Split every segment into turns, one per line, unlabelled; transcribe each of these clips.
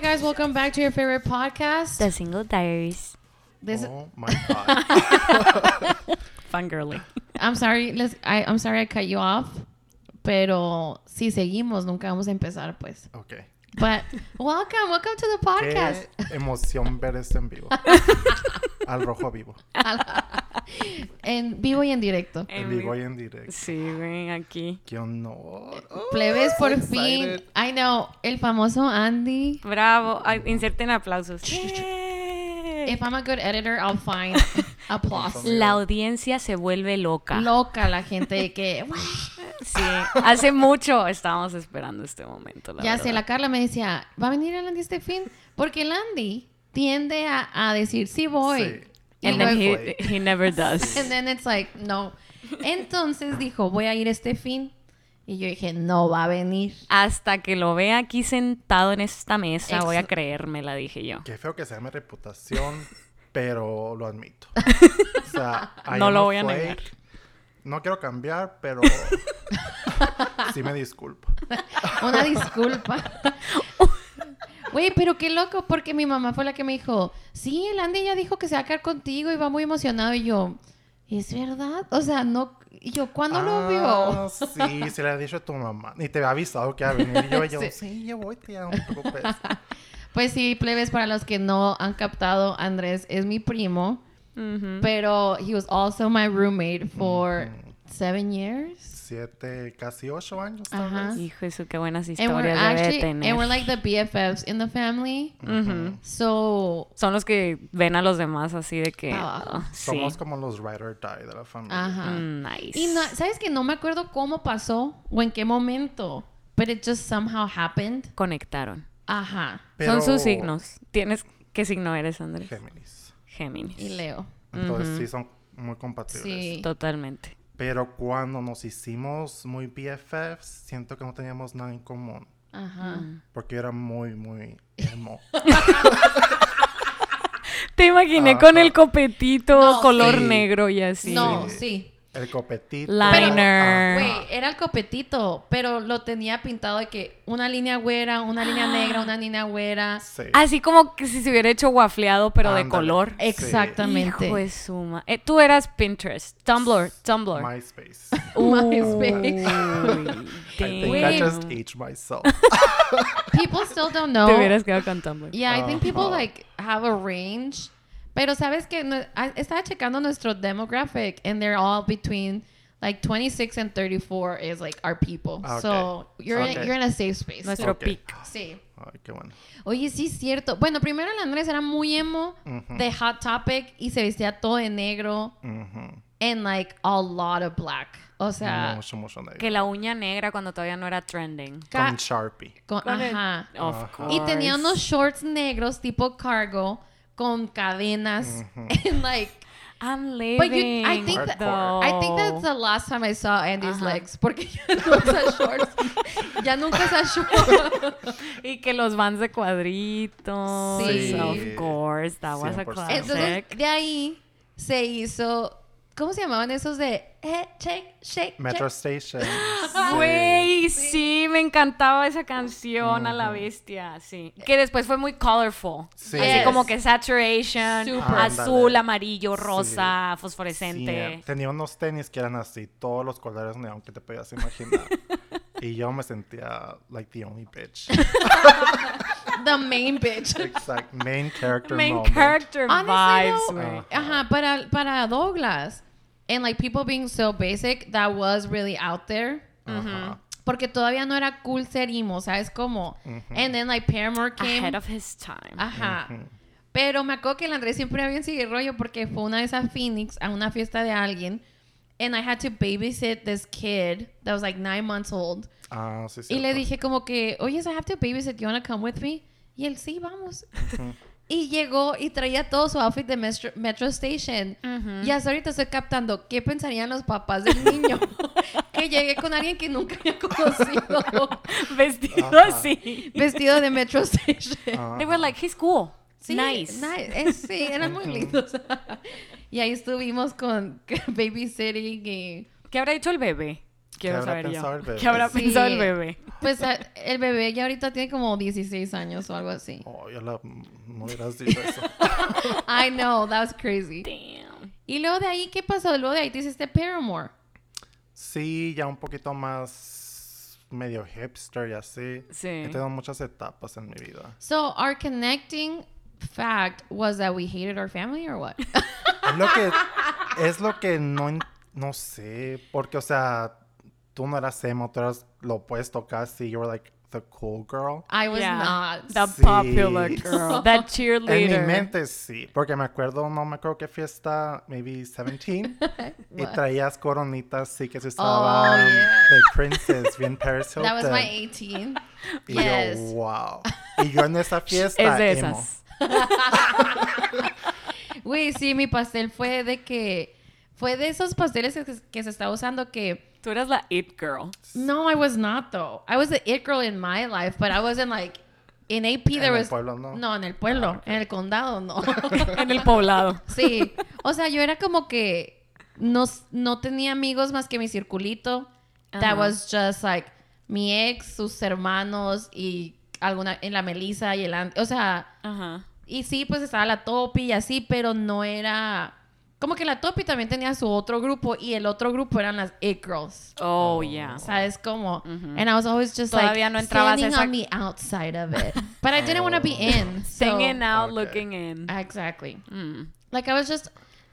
guys. Welcome back to your favorite podcast.
The Single Diaries.
This,
oh my god.
Fangirly.
I'm sorry, les, I, I'm sorry I cut you off, pero si seguimos, nunca vamos a empezar, pues.
Ok.
But welcome, welcome to the podcast.
Qué emoción ver esto en vivo. Al rojo vivo.
En vivo y en directo.
En vivo y en directo.
Sí, güey, aquí.
Qué honor. Oh,
Plebes, por
so
fin.
excited.
I know, el famoso Andy.
Bravo. Ay, inserten aplausos. Yay.
If I'm a good editor, I'll find applause.
La audiencia se vuelve loca.
Loca la gente de que, "Wow".
Sí, hace mucho estábamos esperando este momento. La
ya
verdad.
sé, la Carla me decía, ¿va a venir el Andy este fin? Porque el Andy tiende a, a decir, sí voy.
Sí.
Y
And
luego-
then he, he never does.
And then it's like, no. Entonces dijo, voy a ir este fin. Y yo dije, no va a venir.
Hasta que lo vea aquí sentado en esta mesa,
Ex-
voy a creérmela, dije yo.
Qué feo que sea mi reputación, pero lo admito. O sea, I
No
am
lo voy a
flake.
negar.
No quiero cambiar, pero sí me disculpo.
Una disculpa. Güey, pero qué loco, porque mi mamá fue la que me dijo, sí, el Andy ya dijo que se va a quedar contigo y va muy emocionado. Y yo, ¿es verdad? O sea, no. Y yo, ¿cuándo lo
Ah,
vio?
Sí, se le ha dicho a tu mamá. Ni te había avisado que iba a venir. Y yo, yo,
Sí.
sí, yo voy, tía, no te preocupes.
Pues sí, plebes, para los que no han captado, Andrés es mi primo,
Ujú.
pero he was also my roommate for seven years.
Siete, casi ocho años. tal
Ajá.
vez.
Hijo, eso qué buenas
Ah. And we're
historias debe de
actually,
tener.
and we're like the BFFs in the family.
Ujú.
So,
Son los que ven a los demás así de que.
Pa' abajo.
ah, sí.
Somos como los ride or die de la familia.
ajá.
Mm, Nice.
Y no, sabes que no me acuerdo cómo pasó o en qué momento, but it just somehow happened.
Conectaron.
Ajá.
Pero-
Son sus signos. ¿Tienes qué signo eres, Andrés?
Géminis.
Géminis.
Y Leo.
Entonces sí son muy compatibles.
Sí.
Totalmente.
Pero cuando nos hicimos muy BFFs, siento que no teníamos nada en común.
Ajá.
Mm.
Porque yo era muy, muy emo.
Te imaginé con el copetito
No,
color
sí.
negro y así.
No, sí.
El copetito.
Liner.
Güey, era el copetito, pero lo tenía pintado de que una línea güera, una línea
Ah.
negra, una línea güera.
ah, sí.
Así como que si se hubiera hecho guafleado, pero de
Ándale.
color.
Sí.
Exactamente.
Hijo de suma. Eh, tú eras Pinterest, Tumblr, Tumblr.
MySace.
MySpace.
I think I just
damn.
aged myself.
People still don't know.
Te hubieras quedado con Tumblr.
Yeah,
Oh.
I think people
Ajá.
like have a range. Pero sabes que no- ah, estaba checando nuestro demographic and they're all between like 26 and 34 is like our people.
Ah,
So
okay.
you're in,
Okay.
you're in a safe space.
Nuestro
Ok.
pic.
Sí.
Ay, qué bueno.
Oye, sí es cierto. Bueno, primero el Andrés era muy emo
Ujú.
de Hot Topic y se vestía todo de negro
Ujú.
and like a lot of black. O sea,
mucho, mucho negro.
Que la uña negra cuando todavía no era trending.
ca-
Con Sharpie.
con-
Con el-
ajá.
Of
Ajá.
Y tenía
course.
unos shorts negros tipo cargo con cadenas and like
I'm living.
But you- I think
that-
though.
I think that's the last time I saw Andy's
Ajá.
legs porque ya no usa shorts. ya nunca usa shorts.
Y que los vans de cuadritos.
Sí.
Of course, that was a
100%.
Entonces,
classic.
de ahí se hizo ¿Cómo se llamaban esos de eh, shake, shake,
Metro
shake?
Station.
Güey, sí, me encantaba esa canción a la bestia, sí. Que después fue muy colorful.
Sí.
Así
Yes.
como que saturation,
Súper.
azul,
Ándale.
amarillo, rosa, fosforescente.
Sí, eh, tenía unos tenis que eran así, todos los colores neón que te podías imaginar. y yo me sentía like the only bitch.
The main bitch.
Exact main character
Main
moment.
character
Honestly,
vibes,
though,
güey.
ajá, para, para Douglas and like people being so basic, that was really out there.
Ajá.
Porque todavía no era cool ser emo, ¿sabes cómo? And then like Paramore came.
Ahead of his time.
Ajá. Pero me acuerdo que el Andrés siempre había un rollo porque fue una vez a Phoenix a una fiesta de alguien. And I had to babysit this kid that was like nine months old.
Ah, sí, sí.
Y le dije como que, oye, I have to babysit, you wanna come with me? Y él, sí, vamos. Y llegó y traía todo su outfit de Metro, Metro Station. Y hasta ahorita estoy captando qué pensarían los papás del niño. que llegué con alguien que nunca había conocido,
Vestido
Ajá.
así.
vestido de Metro Station.
They were like, he's cool.
Sí,
nice.
nice. Eh, sí, eran muy lindos. y ahí estuvimos con babysitting y...
¿Qué habrá hecho el bebé? Quiero
habrá
saber
pensado el
yo.
bebé?
¿Qué habrá
Sí.
pensado el bebé?
Pues a- el bebé ya ahorita tiene como 16 años o algo así.
Oh, yo la... No hubieras dicho eso.
I know, that was crazy.
Damn.
Y luego de ahí, ¿qué pasó? Luego de ahí te hiciste Paramore.
Sí, ya un poquito más medio hipster y así.
Sí.
He tenido muchas etapas en mi vida.
So, our connecting fact was that we hated our family or what?
Es lo que, es lo que no, en- no sé, porque, o sea, tú no eras emo, tú eras lo opuesto casi. You were like the cool girl.
I was
Yeah.
not.
The
Sí.
popular girl. That cheerleader.
En mi mente sí, porque me acuerdo, no me acuerdo qué fiesta, maybe 17, y
What?
traías coronitas, sí que se
Oh,
usaban
yeah.
de Princess, bien Paris Hilton.
That was my 18.
y
yes.
yo, wow. Y yo en esa fiesta,
Es de
emo.
esas.
Güey, sí, mi pastel fue de que. Fue de esos pasteles que, que se está usando que.
Tú eras la it girl.
No, I was not though. I was the it girl in my life, but I wasn't like. In AP,
En
there
el
was.
pueblo, no. Ah,
No, en el pueblo. En el condado, no.
En el poblado.
Sí. O sea, yo era como que no, no tenía amigos más que mi circulito. That
Ajá.
was just like mi ex, sus hermanos y alguna en la Melissa y el An- o sea,
Ajá.
y sí, pues estaba la Topi y así, pero no era como que la Topi también tenía su otro grupo y el otro grupo eran las It Girls.
Oh, yeah.
O sea, es como and I was always just like
Todavía no entrabas a
standing
esa- Oh.
on the outside of it. But I didn't want to be in. So,
Hanging out,
Ok.
looking in.
Ah, exactly.
Mm.
Like I was just,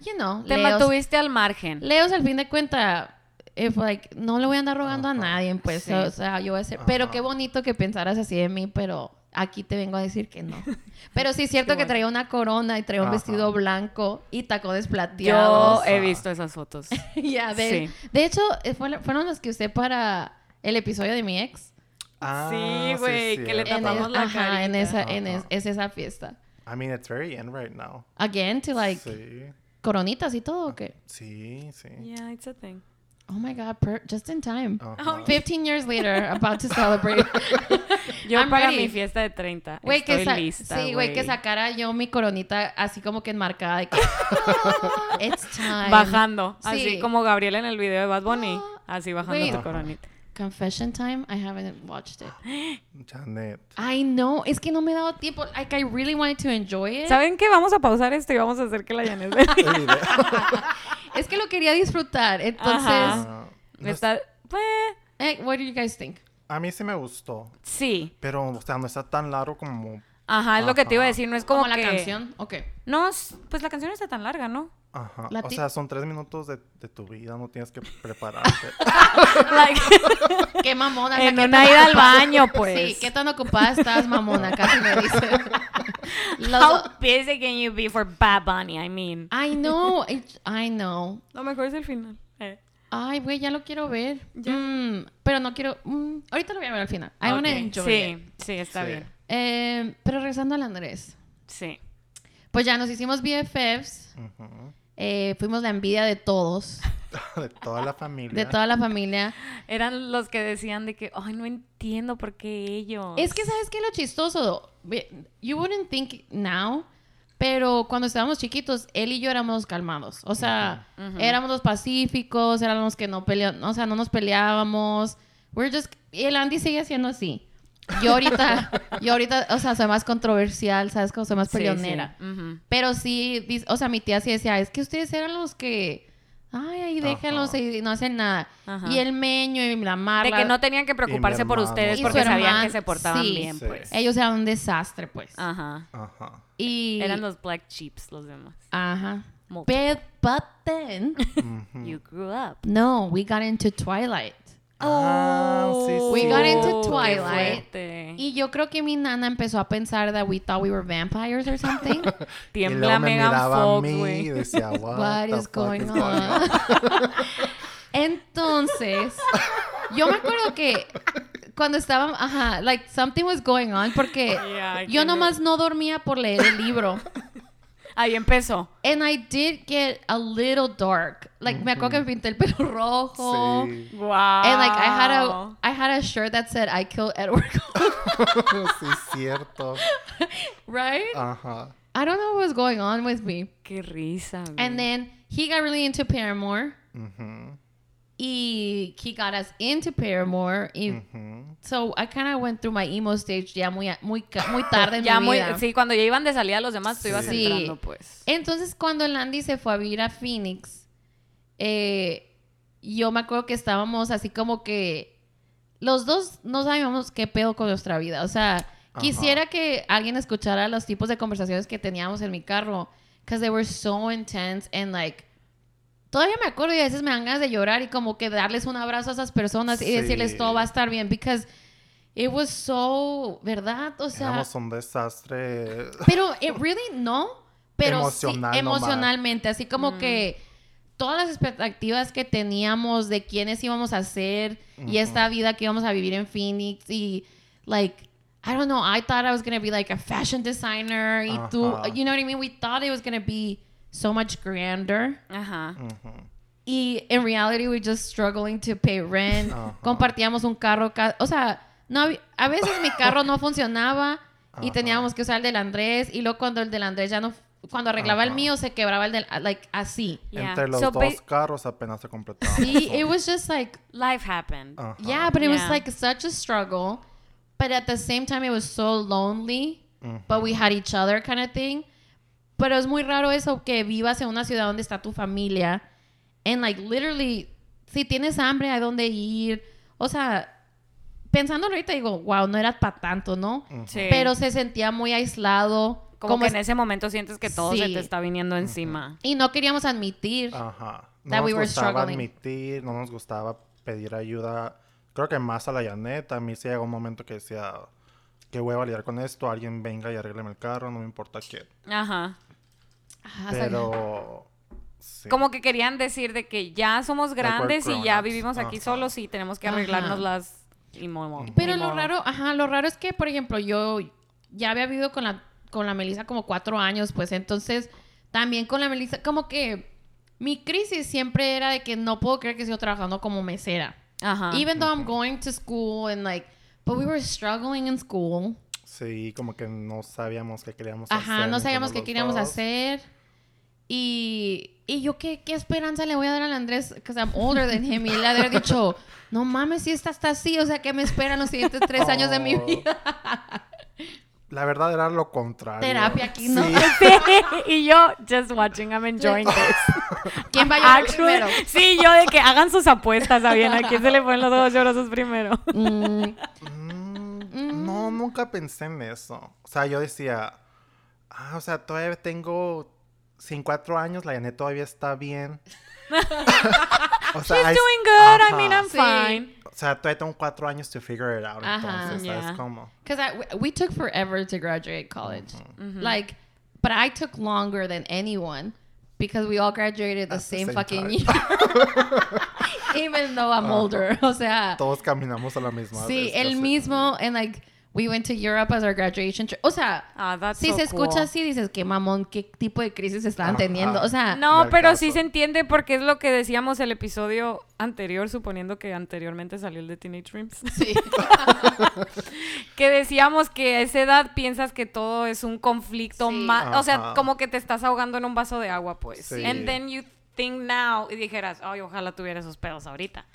you know,
Te
Leos.
mantuviste al margen.
Leos al fin de cuenta if, like, no le voy a andar rogando a nadie, pues,
Sí.
o sea, yo voy a ser...
Ajá.
Pero qué bonito que pensaras así de mí, pero aquí te vengo a decir que no. Pero sí es cierto
Qué
que
bueno.
traía una corona y traía un
Ajá.
vestido blanco y tacones
Yo
plateados.
he visto esas fotos.
Ya, de,
Sí.
de hecho, eh, fue la- fueron las que usé para el episodio de mi ex.
Ah,
Sí, güey, que le
En,
cierto.
tapamos
es-
la
ajá, en
carita.
esa, en es,
Ajá.
es esa fiesta.
I mean, it's very in right now.
Again, to like
sí,
coronitas y todo, ¿o qué?
sí, sí.
Yeah, it's a thing.
Oh my God, per- just in time.
Oh,
Ajá.
15 years later, about to celebrate.
Yo
I'm
para
ready.
mi fiesta de 30
Güey, que
estoy
sa-
lista,
sí, güey, que sacara yo mi coronita así como que enmarcada de que It's time.
Bajando,
Sí.
así como Gabriel en el video de Bad Bunny,
Ah,
así bajando
wait.
tu coronita.
Confession time, I haven't watched it.
Janet.
I know, es que no me he dado tiempo. Like I really wanted to enjoy it.
¿Saben qué? Vamos a pausar esto y vamos a hacer que la Janet vea.
El video.
Es que lo quería disfrutar. Entonces,
Ajá.
Ah, no
Me
es-
está... Eh,
eh, what do you guys think?
A mí sí me gustó,
sí.
pero, o sea, no está tan largo como...
Ajá, es lo que te iba a
Ajá.
decir, no es
Como,
como,
la
que-
canción, ok.
No, s- pues la canción no está tan larga, ¿no?
Ajá.
La
O
ti-
sea, son tres minutos de, de tu vida, no tienes que prepararte.
Like,
Qué mamona. o sea,
en
qué
una
tan
ida al
ocupada-
baño, pues.
Sí, qué tan ocupada estás, mamona, casi me dice. Los-
How busy can you be for Bad Bunny? I mean.
I know, it- I know.
Lo mejor es el final.
Ay, güey, ya lo quiero ver.
Ya.
Mm, pero no quiero. mm, ahorita lo voy a ver al final. I wanna enjoy it.
sí, sí, está
Sí.
bien.
Eh, pero regresando al Andrés.
Sí.
Pues ya nos hicimos BFFs.
Ujú.
eh, fuimos la envidia de todos,
De toda la familia.
de toda la familia.
Eran los que decían de que, ay, no entiendo por qué ellos.
Es que, ¿sabes qué? es Lo chistoso. Ve- You wouldn't think now. Pero cuando estábamos chiquitos, él y yo éramos los calmados. O sea, éramos los pacíficos, éramos los que no peleaban, o sea, no nos peleábamos. We're just... y el Andy sigue siendo así. Yo ahorita, yo ahorita, o sea, soy más controversial, ¿sabes? Como soy más
Sí, sí.
peleonera.
Ujú.
Pero sí, dis- o sea, mi tía sí decía, es que ustedes eran los que, ay, ahí déjenlos
Ajá.
y no hacen nada.
Ajá.
Y el meño y la
De
Marla,
que no tenían que preocuparse por
hermano.
ustedes
Y
porque
su
sabían
hermano,
que se portaban
sí.
bien,
Sí.
pues.
ellos eran un desastre, pues.
Ajá.
Ajá.
Y...
Ah, Eran los black sheeps, los demás.
Ajá.
Multiple.
But, but then,
Ujú.
You grew up.
no, we got into Twilight.
Ah, sí,
We
sí.
got into
Oh, qué
Twilight.
fuerte.
Y yo creo que mi nana empezó a pensar that we thought we were vampires or something.
Y
Tiembla
luego me
Megan
miraba a
Fox,
mí y
güey.
decía, what,
What
the
is
fuck
going
is
on? Entonces, yo me acuerdo que cuando estaba, ajá, like something was going on porque
Yeah, I
yo
can
nomás no dormía por leer el libro.
Ahí empezó.
And I did get a little dark. Like me acuerdo que me pinté el pelo rojo.
Sí,
Wow.
And like I had a I had a shirt that said I killed Edward,
sí, cierto.
right?
Ajá.
I don't know what was going on with me.
Qué risa, güey.
And then he got really into Paramore.
Ujú.
Y he got us into Paramore. Y
Mm.
Ujú.
so I kind of went through my emo stage ya muy, muy, ca- muy tarde en
Ya
mi
muy,
vida. Eh,
sí, cuando ya iban de salida los demás, tú ibas
Sí.
entrando, pues.
Entonces, cuando el Andy se fue a vivir a Phoenix, eh, yo me acuerdo que estábamos así como que los dos no sabíamos qué pedo con nuestra vida. O sea, quisiera que alguien escuchara los tipos de conversaciones que teníamos en mi carro, because they were so intense and like. Todavía me acuerdo y a veces me dan ganas de llorar y como que darles un abrazo a esas personas y
Sí.
decirles todo va a estar bien, because it was so, ¿verdad? O sea,
Éramos un desastre.
pero it really no, pero
Emocional
sí,
nomás.
emocionalmente, así como que todas las expectativas que teníamos de quiénes íbamos a ser y esta vida que íbamos a vivir en Phoenix y like I don't know, I thought I was gonna be like a fashion designer y tú,
Ajá.
you know what I mean? We thought it was gonna be so much grander.
Ajá.
Ujú.
Y en reality we just struggling to pay rent.
Ajá.
Compartíamos un carro, ca- o sea, no hab- a veces mi carro no funcionaba y
Ajá.
teníamos que usar el del Andrés y luego cuando el del Andrés ya no cuando arreglaba el
Ajá.
mío se quebraba el del like así.
Yeah.
Entre los
So, ba-
dos carros apenas se completaban.
Sí, it was just like
Life happened.
Ajá.
yeah, but it was
Yeah.
like such a struggle, but at the same time it was so lonely, but we had each other kind of thing. Pero es muy raro eso que vivas en una ciudad donde está tu familia and like literally si tienes hambre a dónde ir, o sea, pensándolo ahorita digo, wow, no era para tanto, ¿no?
Sí.
Pero se sentía muy aislado,
como, que
es-
en ese momento sientes que todo se
Sí.
te está viniendo encima.
y no queríamos admitir.
Ah,
Ajá. No
That
nos
we were
gustaba
struggling.
admitir, no nos gustaba pedir ayuda. Creo que más a la Janet. A mí sí llegó un momento que decía, que voy a lidiar con esto, alguien venga y arregleme el carro, no me importa quién.
Ajá.
Ajá, o sea,
Pero... sí.
Como que querían decir de que ya somos
we're
grandes y ya
Este, grown-ups.
vivimos aquí
Ajá.
solos y tenemos que
Ajá.
arreglarnos las... y mo- mo-
Pero
ni
lo
modo.
raro, ajá, lo raro es que, por ejemplo, yo ya había vivido con la, con la Melissa como cuatro años, pues entonces también con la Melissa, como que mi crisis siempre era de que no puedo creer que sigo trabajando como mesera.
Ah,
Ajá.
Even though I'm going to school and like, but we were struggling in school.
Sí, como que no sabíamos qué queríamos hacer.
Ajá, no
ninguno
sabíamos
de
qué
los
queríamos
dos.
hacer. Y, y yo, ¿qué, ¿qué esperanza le voy a dar al Andrés? Because I'm older than him. Y le haber dicho, no mames, si esta está así, o sea, ¿qué me esperan los siguientes tres años de mi
Oh.
vida?
La verdad era lo contrario.
Terapia aquí, ¿no?
Sí,
y yo, just watching, I'm enjoying this.
¿Quién va a llorar
Actually,
primero?
Sí, yo de que hagan sus apuestas, ¿sabían? ¿A quién se le ponen los ojos llorosos primero?
Mm, No, nunca pensé en eso. O sea, yo decía, ah, o sea, todavía tengo 54 años, la Janet todavía está bien. o sea,
She's
I-
doing good, I
ajá.
mean, I'm
Sí.
fine.
O sea, todavía tengo 4 años to figure it out.
Ajá.
entonces,
Yeah.
¿sabes cómo?
Because we took forever to graduate college.
Mm-hmm.
Mm-hmm.
Like, but I took longer than anyone because we all graduated the
At the
same,
same
fucking
time.
year. Even though I'm older. O sea,
Todos caminamos a la misma
sí,
vez,
el
casi.
mismo. And like, we went to Europe as our graduation trip. O sea,
Ah, that's
si
so
se escucha
cool.
así, dices, qué mamón, qué tipo de crisis estaban
Ajá.
teniendo. O sea,
No,
al
pero
caso.
sí se entiende porque es lo que decíamos el episodio anterior, suponiendo que anteriormente salió el de Teenage Dreams,
sí.
que decíamos que a esa edad piensas que todo es un conflicto
Sí.
más, o sea,
Ajá.
como que te estás ahogando en un vaso de agua, pues.
Sí.
And then you think now y dijeras, ay, ojalá tuviera esos pedos ahorita.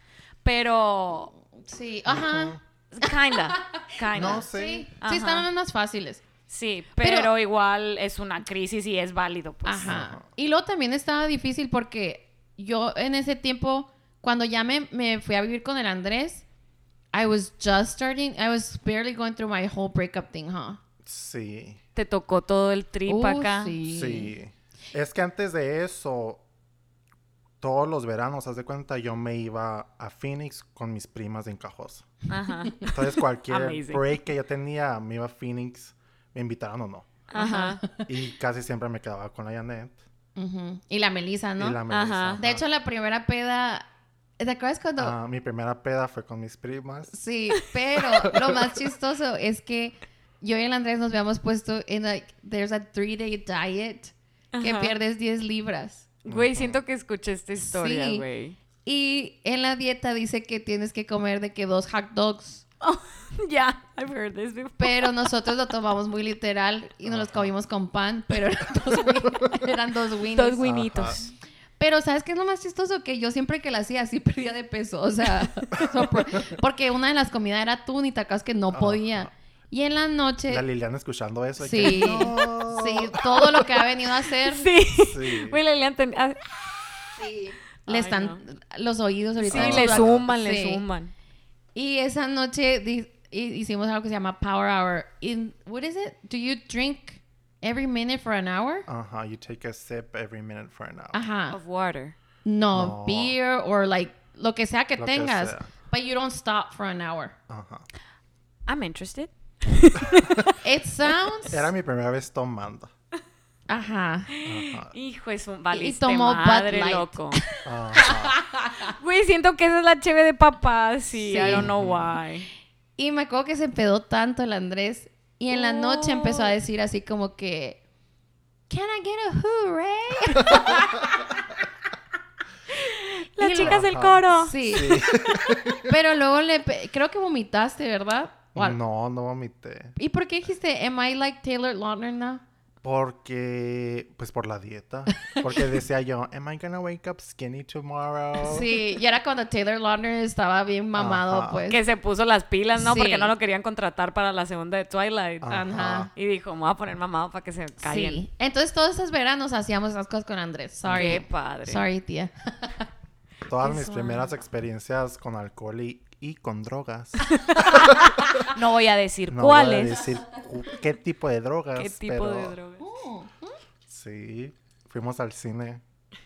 Pero
Sí, ajá.
kinda, kinda.
No sé.
Sí, sí, estaban más fáciles.
Sí, pero,
Pero-
igual es una crisis y es válido, pues.
Ajá. Y luego también estaba difícil porque yo en ese tiempo, cuando ya me, me fui a vivir con el Andrés, I was just starting, I was barely going through my whole breakup thing, huh?
Sí,
Te tocó todo el trip
Uh,
acá.
sí.
sí. Es que antes de eso, todos los veranos, haz de cuenta, yo me iba a Phoenix con mis primas en Cajosa.
Ajá.
Entonces cualquier
Amazing.
break que yo tenía, me iba a Phoenix, me invitaron o no.
Ajá.
Y casi siempre me quedaba con la Janet
Ujú. Y la Melissa, ¿no?
y la Melissa.
Ajá.
De hecho, la primera peda, ¿te acuerdas cuando?
Ah, mi primera peda fue con mis primas.
Sí, pero lo más chistoso es que yo y el Andrés nos habíamos puesto en, like, there's a three-day diet que
Ajá.
pierdes 10 libras.
Güey, siento que escuché esta historia,
Sí.
güey.
Y en la dieta dice que tienes que comer de que dos hot dogs.
Ya, I've heard this before.
Pero nosotros lo tomamos muy literal y nos los comimos con pan, pero eran dos, wi- eran dos Winnies.
Dos guinitos.
Pero ¿sabes qué es lo más chistoso? Que yo siempre que la hacía así perdía de peso. O sea, so- por- porque una de las comidas era atún y tacas que no podía. Y en la noche,
La Liliana escuchando eso. de que,
sí,
"No".
sí, todo lo que ha venido a hacer,
Sí.
Sí.
Güey, Lilian ten- ah,
sí, le
Ay,
están los oídos
sí,
ahorita.
le
sudando.
suman, le
Sí.
suman.
Y esa noche di- hi- hicimos algo que se llama Power Hour. In, what is it? Do you drink every minute for an hour?
Ajá, you take a sip every minute for an hour.
Ajá.
Of water.
No,
No.
beer or like lo que sea que
Lo que
tengas.
sea.
But you don't stop for an hour.
Ajá.
I'm interested.
It sounds...
Era mi primera vez tomando.
Ajá.
Ah.
Hijo, es un valiste
tomó Bud
madre,
Light.
loco.
Ajá.
Güey, siento que esa es la cheve de papá, sí.
Sí.
I don't know why.
Y me acuerdo que se empedó tanto el Andrés. Y en la noche empezó a decir así como que... Can I get a hooray?
Las
Y lo-
chicas del coro.
Sí. Pero luego le... pe- Creo que vomitaste, ¿verdad? O al-
No, no vomité.
¿Y por qué dijiste, am I like Taylor Lautner now?
Porque, pues por la dieta. Porque decía yo, am I gonna wake up skinny tomorrow?
Sí, y era cuando Taylor Lautner estaba bien mamado,
Ajá.
pues.
Que se puso las pilas, ¿no?
Sí.
Porque no lo querían contratar para la segunda de Twilight.
Ajá.
Ajá.
Y dijo, me voy a poner mamado para que se callen.
Sí. Entonces todos esos veranos hacíamos esas cosas con Andrés. Sorry.
Qué padre.
Sorry, tía.
Todas
Qué
mis
suave.
primeras experiencias con alcohol y, y con drogas.
No voy a decir
No voy a
cuáles.
decir cu- qué tipo de drogas.
¿Qué tipo
pero
de droga?
Sí, fuimos al cine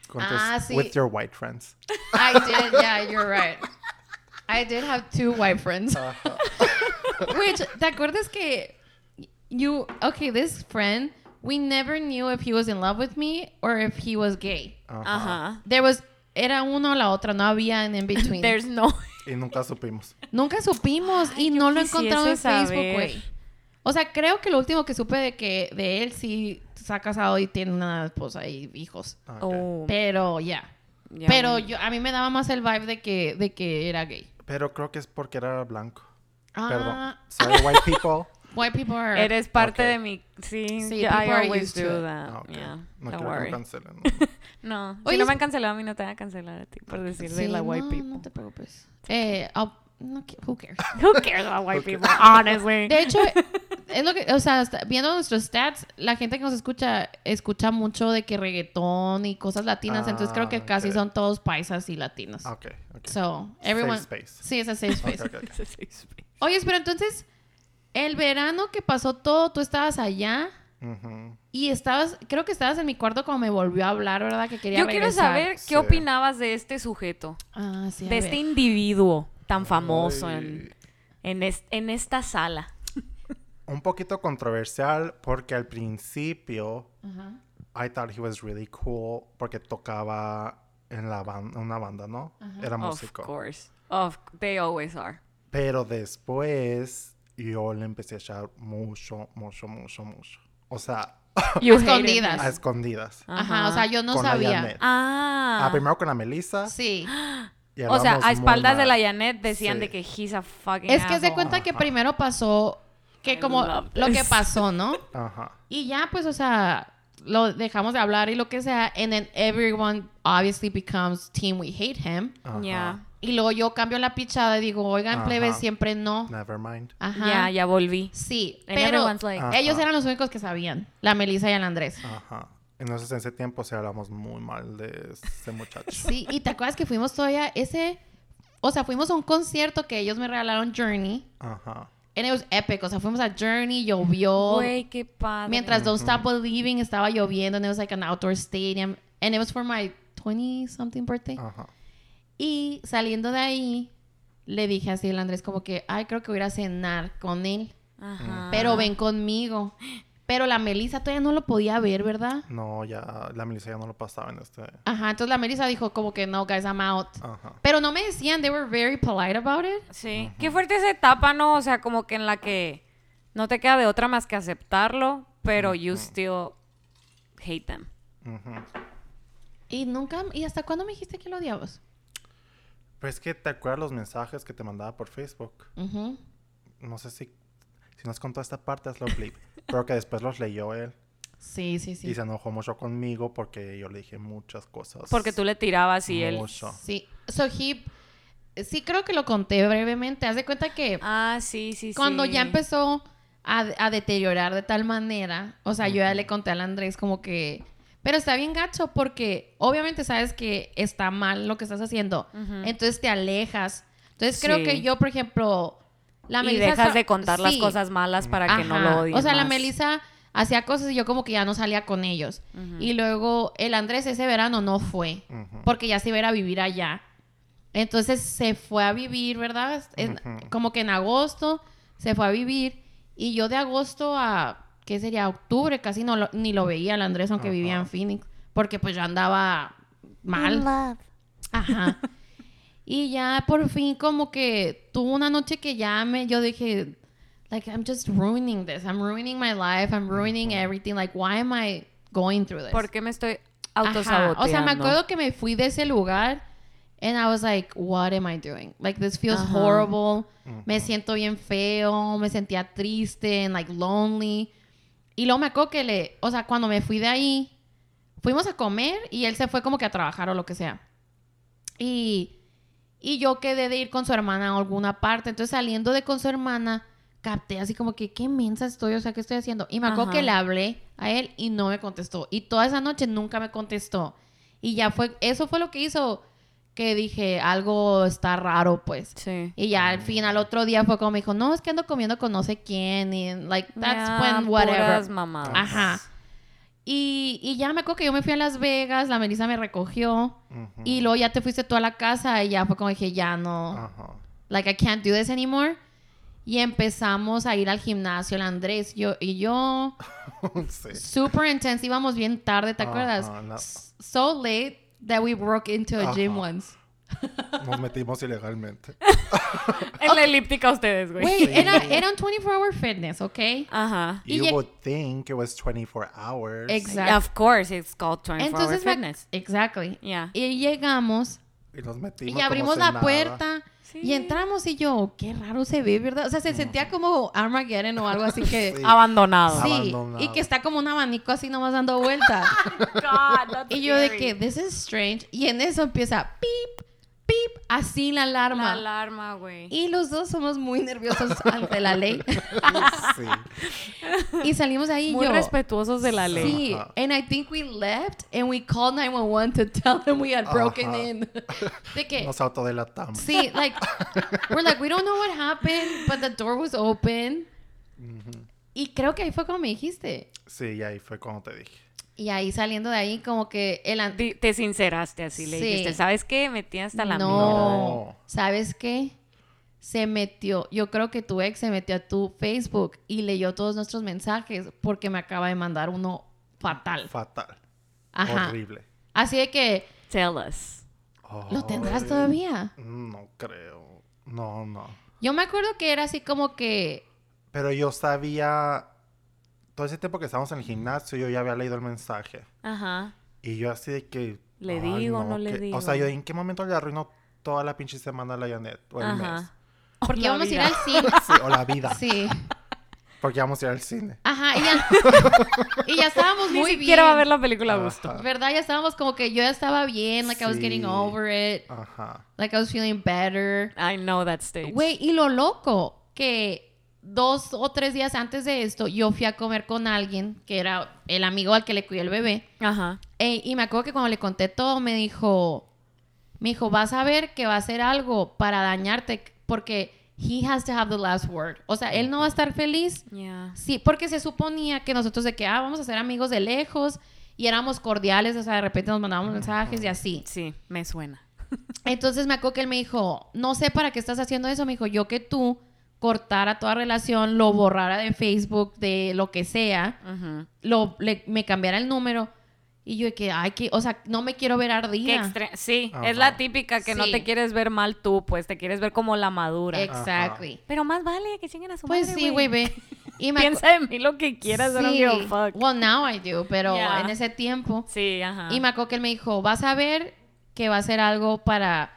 con
Ah,
tus,
sí.
with your white friends.
I did, yeah, you're right. I did have two white friends.
Ah.
Which, ¿te acuerdas que you, okay, this friend, we never knew if he was in love with me or if he was gay.
Ajá.
There was, era uno o la otra, no había an in between.
There's no.
Y nunca supimos.
Nunca supimos y no lo he
quisiese
encontrado en
saber.
Facebook, güey. O sea, creo que lo último que supe de que de él sí se ha casado y tiene una esposa y hijos.
Ok.
Oh,
Pero ya.
ya,
Pero
bueno.
yo a mí me daba más el vibe de que de que era gay.
Pero creo que es porque era blanco. Perdón.
Ah,
Sorry, white people.
white people are
Eres parte
Ok.
de mi. Sí,
Sí,
yo- I
people are
always
used
do
to it.
that.
Ah, ok.
Oh, Yeah,
No
don't
quiero que me
worry.
cancelen.
No, si
Oye,
no
es-
me han cancelado a mí, no te van a cancelar a ti por decir de
Sí,
la white
no,
people.
No te preocupes. Eh, I'll- no, qui- who cares?
Who cares about white people, honestly?
De hecho, es lo que, o sea, hasta viendo nuestros stats, la gente que nos escucha escucha mucho de que reggaetón y cosas latinas, entonces creo que
Ah,
casi
ok.
son todos paisas y latinos.
Ah, ok, ok.
So, everyone.
Safe space.
Sí, es a safe space.
Ok, ok, ok.
Oye, pero entonces, el verano que pasó todo, tú estabas allá
Ujú.
y estabas, creo que estabas en mi cuarto cuando me volvió a hablar, ¿verdad? Que quería
Yo quiero
regresar.
saber qué
Sí.
opinabas de este sujeto,
Ah, sí, a
de
ver.
este individuo tan famoso
Ay.
en, en, es- en esta sala.
Un poquito controversial porque al principio
Ajá,
I thought he was really cool porque tocaba en la ban- una banda, ¿no? Era
Of
músico.
course. Of, they always are.
Pero después yo le empecé a echar mucho, mucho, mucho, mucho. O sea,
You hated
Escondidas.
a
me.
escondidas.
Ajá, o sea, yo no
Con la
sabía.
Janet.
Ah.
Ah, primero con la Melissa.
Sí.
y
o sea,
hablamos
a
muy
espaldas de
mal.
la Janet decían
Sí.
de que he's a fucking
Es que se
asshole.
cuenta que primero pasó que
I
como
love
lo que
this.
pasó, ¿no?
Ajá.
Y ya, pues, o sea, lo dejamos de hablar y lo que sea. And then everyone obviously becomes team we hate him.
ajá.
Ya,
Y luego yo cambio la pichada y digo, oigan,
Ajá.
plebes, siempre no.
Never mind.
Ajá.
ya, ya volví.
Sí,
And
pero
everyone's like-
Ajá. ellos
Ajá.
eran los únicos que sabían, la Melissa y el Andrés.
Ajá. Entonces en ese tiempo sí hablamos muy mal de ese muchacho.
Sí, y te acuerdas que fuimos todavía ese, o sea, fuimos a un concierto que ellos me regalaron Journey,
Ajá.
and it was epic, o sea, fuimos a Journey, llovió,
Güey, qué padre.
mientras Don't Stop Believing estaba lloviendo, and it was like an outdoor stadium, and it was for my 20 something birthday.
Ajá.
Y saliendo de ahí, le dije así al Andrés como que, ay, creo que voy a ir a cenar con él,
Ajá.
pero ven conmigo. Pero la Melissa todavía no lo podía ver, ¿verdad?
No, ya la Melissa ya no lo pasaba en este.
Ajá, entonces la Melissa dijo como que no, guys, I'm out.
Ajá.
Pero no me decían, they were very polite about it.
Sí, qué fuerte esa etapa, ¿no? O sea, como que en la que no te queda de otra más que aceptarlo, pero you still hate them.
Ujú.
Y nunca, ¿y hasta cuándo me dijiste que lo odiabas?
Pero Pues es que te acuerdas los mensajes que te mandaba por Facebook.
Ujú.
No sé si si nos contó esta parte, es lo blip. Pero que después los leyó él.
Sí, sí, sí.
Y se enojó mucho conmigo porque yo le dije muchas cosas.
Porque tú le tirabas y él...
Mucho.
Sí. So he- sí creo que lo conté brevemente. Haz de cuenta que
Ah, sí, sí, sí.
cuando ya empezó a, a deteriorar de tal manera, o sea, yo ya le conté al Andrés como que... Pero está bien gacho porque obviamente sabes que está mal lo que estás haciendo.
Ujú.
Entonces te alejas. Entonces creo
Sí.
que yo, por ejemplo... La
y
Melissa
dejas
sa-
de contar las
Sí.
cosas malas para que no
Ajá.
lo odies
O sea, la
más.
Melissa hacía cosas y yo como que ya no salía con ellos.
Ujú.
Y luego el Andrés ese verano no fue,
Ujú.
porque ya se iba a ir a vivir allá. Entonces se fue a vivir, ¿verdad? En-
Ujú.
Como que en agosto se fue a vivir y yo de agosto a, ¿qué sería? Octubre casi no lo- ni lo veía el Andrés aunque vivía en
Ajá.
Phoenix, porque pues yo andaba mal. Ajá. Y ya por fin como que tuvo una noche que ya me, yo dije, like, I'm just ruining this. I'm ruining my life. I'm ruining everything. Like, why am I going through this?
¿Por qué me estoy
Ajá.
autosaboteando?
O sea, me acuerdo que me fui de ese lugar and I was like, what am I doing? Like, this feels
Ajá.
horrible.
Ujú.
Me siento bien feo. Me sentía triste and like lonely. Y luego me acuerdo que le, o sea, cuando me fui de ahí, fuimos a comer y él se fue como que a trabajar o lo que sea. Y, y yo quedé de ir con su hermana a alguna parte. Entonces, saliendo de con su hermana, capté así como que, qué mensa estoy, o sea, ¿qué estoy haciendo? Y me acuerdo
Ajá.
que le hablé a él y no me contestó. Y toda esa noche nunca me contestó. Y ya fue, eso fue lo que hizo que dije, algo está raro, pues.
Sí.
Y ya al fin, al otro día fue como me dijo, no, es que ando comiendo con no sé quién. Y like, that's
Ya,
when whatever.
puras mamadas.
Ajá. Y, y ya me acuerdo que yo me fui a Las Vegas, la Melissa me recogió.
Ujú.
Y luego ya te fuiste tú a la casa y ya fue como dije, ya no,
Ajá.
like I can't do this anymore. Y empezamos a ir al gimnasio, el Andrés yo, y yo,
sí.
super intense, íbamos bien tarde, ¿te
Ajá,
acuerdas?
la-
S- So late that we broke into a gym
Ajá.
once.
Nos metimos ilegalmente.
En la elíptica ustedes, güey.
Wait, era, era un 24-hour fitness, ¿ok?
Ajá.
Y
you
lleg-
would think it was 24 hours.
Exacto.
Of course, it's called 24
Entonces,
hour
me-
fitness.
exactly.
Yeah.
Y llegamos
Y nos metimos.
Y
como
abrimos
si
la
nada.
puerta
Sí.
y entramos y yo, qué raro se ve, ¿verdad? O sea, se sentía como Armageddon o algo así que...
Sí.
Abandonado.
Sí,
Abandonado.
y que está como un abanico así nomás dando vuelta.
Oh
God, that's
y yo de
scary.
que, this is strange. Y en eso empieza, pip, pip, así la
La
alarma.
alarma, güey.
Y los dos somos muy nerviosos ante la ley.
Sí.
Y salimos ahí y
Muy
yo...
respetuosos de la ley.
Sí,
Ajá.
and I think we left and we called 911 to tell them we had broken
Ajá.
in. De que,
Nos autodelatamos.
See, like, we're like, we don't know what happened, but the door was open.
Ujú.
Y creo que ahí fue como me dijiste.
Sí, y ahí fue cuando te dije.
Y ahí saliendo de ahí, como que el. an-
Di- Te sinceraste así, le
Sí.
dijiste, ¿sabes qué? Metí hasta la mierda.
no.
No.
¿Sabes qué? Se metió. Yo creo que tu ex se metió a tu Facebook y leyó todos nuestros mensajes porque me acaba de mandar uno fatal.
Fatal.
Ajá.
Horrible.
Así de que,
Tell us.
¿lo tendrás
Ay,
todavía?
Oh, No creo. No, no.
Yo me acuerdo que era así como que.
Pero yo sabía. Todo ese tiempo que estábamos en el gimnasio, yo ya había leído el mensaje.
Ajá.
Y yo así de que...
¿Le
ay,
digo, no le
que-
digo?
O sea, yo en qué momento le arruino toda la pinche semana a la Janet. O el mes.
Ajá.
Porque
La
íbamos a ir
vida.
al cine.
Sí, o la vida.
Sí.
Porque vamos a ir al cine.
Ajá, y ya, y ya estábamos muy
Ni
bien.
siquiera va a ver la película
Ah.
a gusto.
Ajá.
¿Verdad? Ya estábamos como que yo ya estaba bien, like I was getting
Sí.
over it,
Ajá.
like I was feeling better.
I know that stage.
Güey, y lo loco, que dos o tres días antes de esto, yo fui a comer con alguien que era el amigo al que le cuidé el bebé.
Ajá.
Ey, y me acuerdo que cuando le conté todo, me dijo, me dijo, vas a ver que va a hacer algo para dañarte, porque he has to have the last word. O sea, él no va a estar feliz
Yeah.
Sí, porque se suponía que nosotros de que, ah, vamos a ser amigos de lejos y éramos cordiales, o sea, de repente nos mandábamos mensajes y así.
Sí, me suena.
Entonces me acuerdo que él me dijo, no sé para qué estás haciendo eso, me dijo, yo que tú cortara toda relación, lo borrara de Facebook, de lo que sea,
Ujú.
lo, le- me cambiara el número y yo de que, ay, que, o sea, no me quiero ver
Qué
ardida.
extre- Sí,
Ajá.
es la típica que no
Sí.
te quieres ver mal tú, pues te quieres ver como la madura.
Exactly.
Pero más vale que chinguen a su
Pues
madre,
sí, güey, ve. Y me acu-
Piensa de mí lo que quieras, I don't give a
Sí.
fuck.
Well, now I do, pero
Yeah.
en ese tiempo.
Sí, ajá.
Y me acuerdo que él me dijo, vas a ver que va a hacer algo para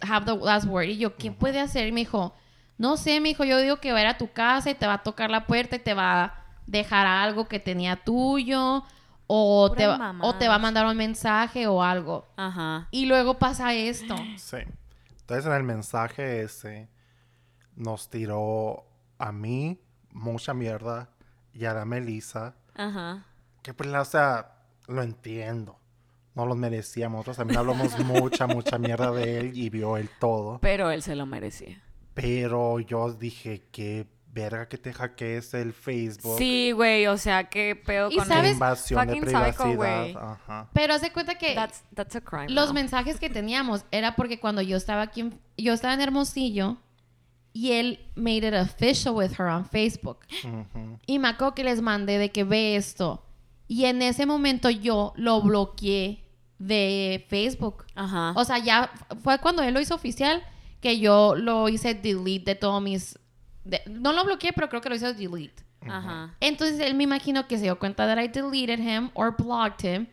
have the last word. Y yo, ¿qué puede hacer? Y me dijo, no sé, me dijo, yo digo que va a ir a tu casa y te va a tocar la puerta y te va dejará algo que tenía tuyo o
Puras
te, va,
mamadas.
o te va a mandar un mensaje o algo.
Ajá.
Y luego pasa esto.
Sí. Entonces en el mensaje ese nos tiró a mí mucha mierda y a la Melissa.
Ajá.
Que pues, la- o sea, lo entiendo. No los merecíamos. Nosotros también hablamos mucha, mucha mierda de él y vio él todo.
Pero él se lo merecía.
Pero yo dije, qué verga que te hackees el Facebook.
Sí, güey, o sea, qué pedo
¿Y
con
Qué
sabes?
Invasión de
Fucking psycho,
privacidad.
güey.
Ajá.
Pero haz de cuenta que
That's, that's a crime.
los
now.
mensajes que teníamos era porque cuando yo estaba aquí, en- yo estaba en Hermosillo y él made it official with her on Facebook.
Ujú.
Y me acuerdo que les mandé de que ve esto. Y en ese momento yo lo bloqueé de Facebook.
Ajá.
O sea, ya f- fue cuando él lo hizo oficial que yo lo hice delete de todos mis... de- no lo bloqueé, pero creo que lo hice delete.
Ajá.
Entonces él me imagino que se dio cuenta that I deleted him or blocked him,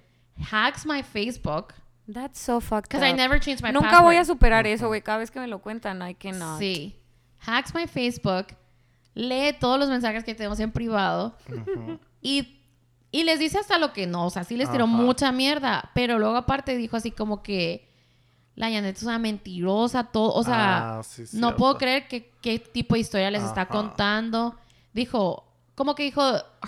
hacks my Facebook,
That's so fucked up.
because I never changed my
Nunca
password.
voy a superar eso, güey. Cada vez que me lo cuentan, I cannot.
Sí. Hacks my Facebook, lee todos los mensajes que tenemos en privado y, y les dice hasta lo que no. O sea, sí les tiró
Ajá.
mucha mierda. Pero luego aparte dijo así como que la Janet es una mentirosa, todo. O sea,
Ah, sí,
no
cierto.
puedo creer que qué tipo de historia les está
Ajá.
contando. Dijo, como que dijo,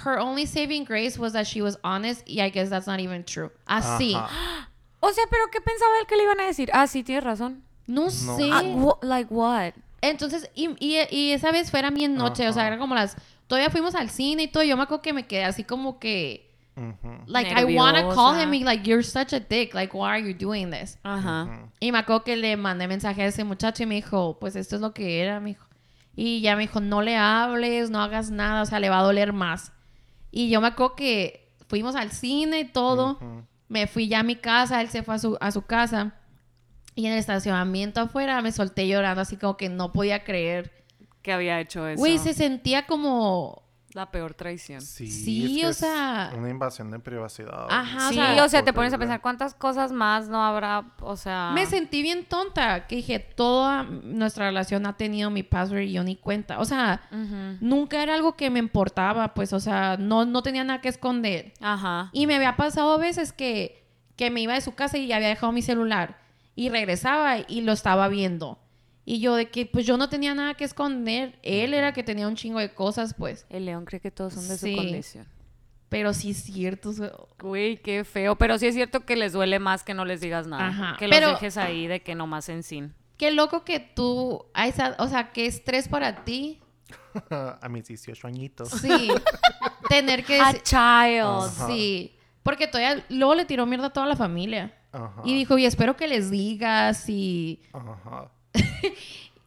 her only saving grace was that she was honest y I guess that's not even true. Así.
Ajá.
O sea, pero ¿qué pensaba él que le iban a decir? Ah, sí, tienes razón.
No, sé.
Ah, wha- like what?
Entonces, y, y- y esa vez fuera bien noche, o sea,
Ajá.
era como las... Todavía fuimos al cine y todo, yo me acuerdo que me quedé así como que...
Ujú.
Like, I wanna call
Nerviosa.
him y like, you're such a dick, like, why are you doing this?
Ajá.
Y me acuerdo que le mandé mensaje a ese muchacho y me dijo, pues esto es lo que era, me dijo. Y ya me dijo, no le hables, no hagas nada, o sea, le va a doler más. Y yo me acuerdo que fuimos al cine y todo,
Ujú.
me fui ya a mi casa, él se fue a su, a su casa. Y en el estacionamiento afuera me solté llorando así como que no podía creer
Que había hecho eso.
Güey, se sentía como...
La peor traición.
Sí,
Sí,
es que
o
es
sea-
Una invasión de privacidad.
Ajá, Ah, o
sí,
sea-
o sea, te pones a
Horrible.
pensar cuántas cosas más no habrá, o sea...
Me sentí bien tonta, que dije, toda nuestra relación ha tenido mi password y yo ni cuenta. O sea,
Ujú.
nunca era algo que me importaba, pues, o sea, no, no tenía nada que esconder.
Ajá.
Y me había pasado a veces que, que me iba de su casa y había dejado mi celular y regresaba y lo estaba viendo. Y yo de que, pues yo no tenía nada que esconder, él era el que tenía un chingo de cosas, pues.
El león cree que todos son de
Sí.
su condición.
Pero sí es cierto. o sea,
Güey, qué feo. Pero sí es cierto que les duele más que no les digas nada.
Ajá.
Que
Pero-
los dejes ahí de que nomás en sin.
Qué loco que tú, a esa- o sea, qué estrés para ti
a mis 18 añitos.
Sí. Tener que
A
decir.
child.
Ajá.
Sí. Porque todavía luego le tiró mierda a toda la familia.
Ajá.
Y dijo, y espero que les digas y.
Ajá.
Y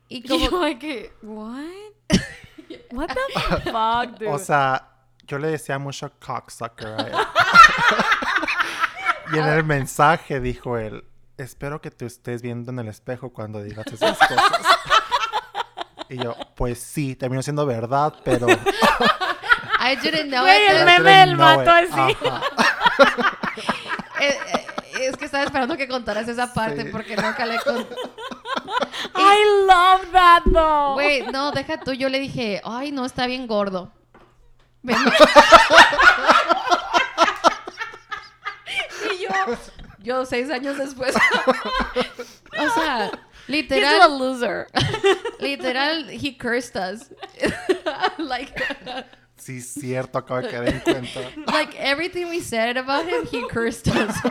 Y
como.
yo de que, what? What the fuck, dude?
O sea, yo le decía mucho cocksucker a él. y en el mensaje dijo él, espero que tú estés viendo en el espejo cuando digas esas cosas. y yo, pues sí, terminó siendo verdad, pero...
I didn't know
Güey,
it."
el
I
meme
didn't
del
know it.
vato así.
Ajá.
Eh, eh, Es que estaba esperando que contaras esa parte
Sí.
porque nunca le conté.
I love that, though.
Güey, no, deja tú. Yo le dije, ay, no, está bien gordo. Ven- y yo, yo seis años después. o sea,
He's
literal.
a loser.
Literal, he cursed us. like,
Sí, cierto, acabo de quedar en cuenta.
like everything we said about him, he cursed us.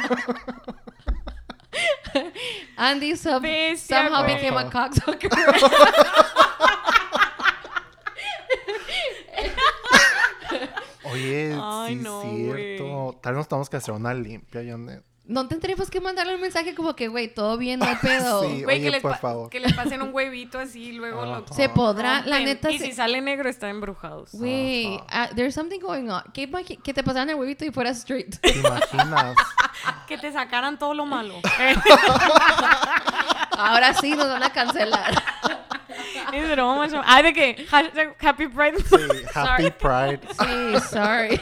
Andy some,
Bestia,
somehow
güey.
became a cocksucker.
Oye,
Ay,
sí,
no,
cierto.
güey.
Tal vez nos tenemos que hacer una limpia, Janet.
no tendremos que mandarle un mensaje como que, güey, todo bien, no hay pedo.
Sí.
Güey,
Oye,
que, les
por
pa-
favor.
que les pasen un huevito así y luego lo
Se podrá, la
rompen.
neta,
Y
se-
si sale negro, están embrujados.
Güey, ah, there's something going on. ¿Qué, ma- que te pasaran el huevito y fueras straight.
¿Te imaginas?
Ah, Que te sacaran todo lo malo.
Ahora sí nos van a cancelar.
es broma. es broma. Ay, de que hashtag Happy Pride.
Sí, Happy
Sorry.
Pride.
Sí, sorry.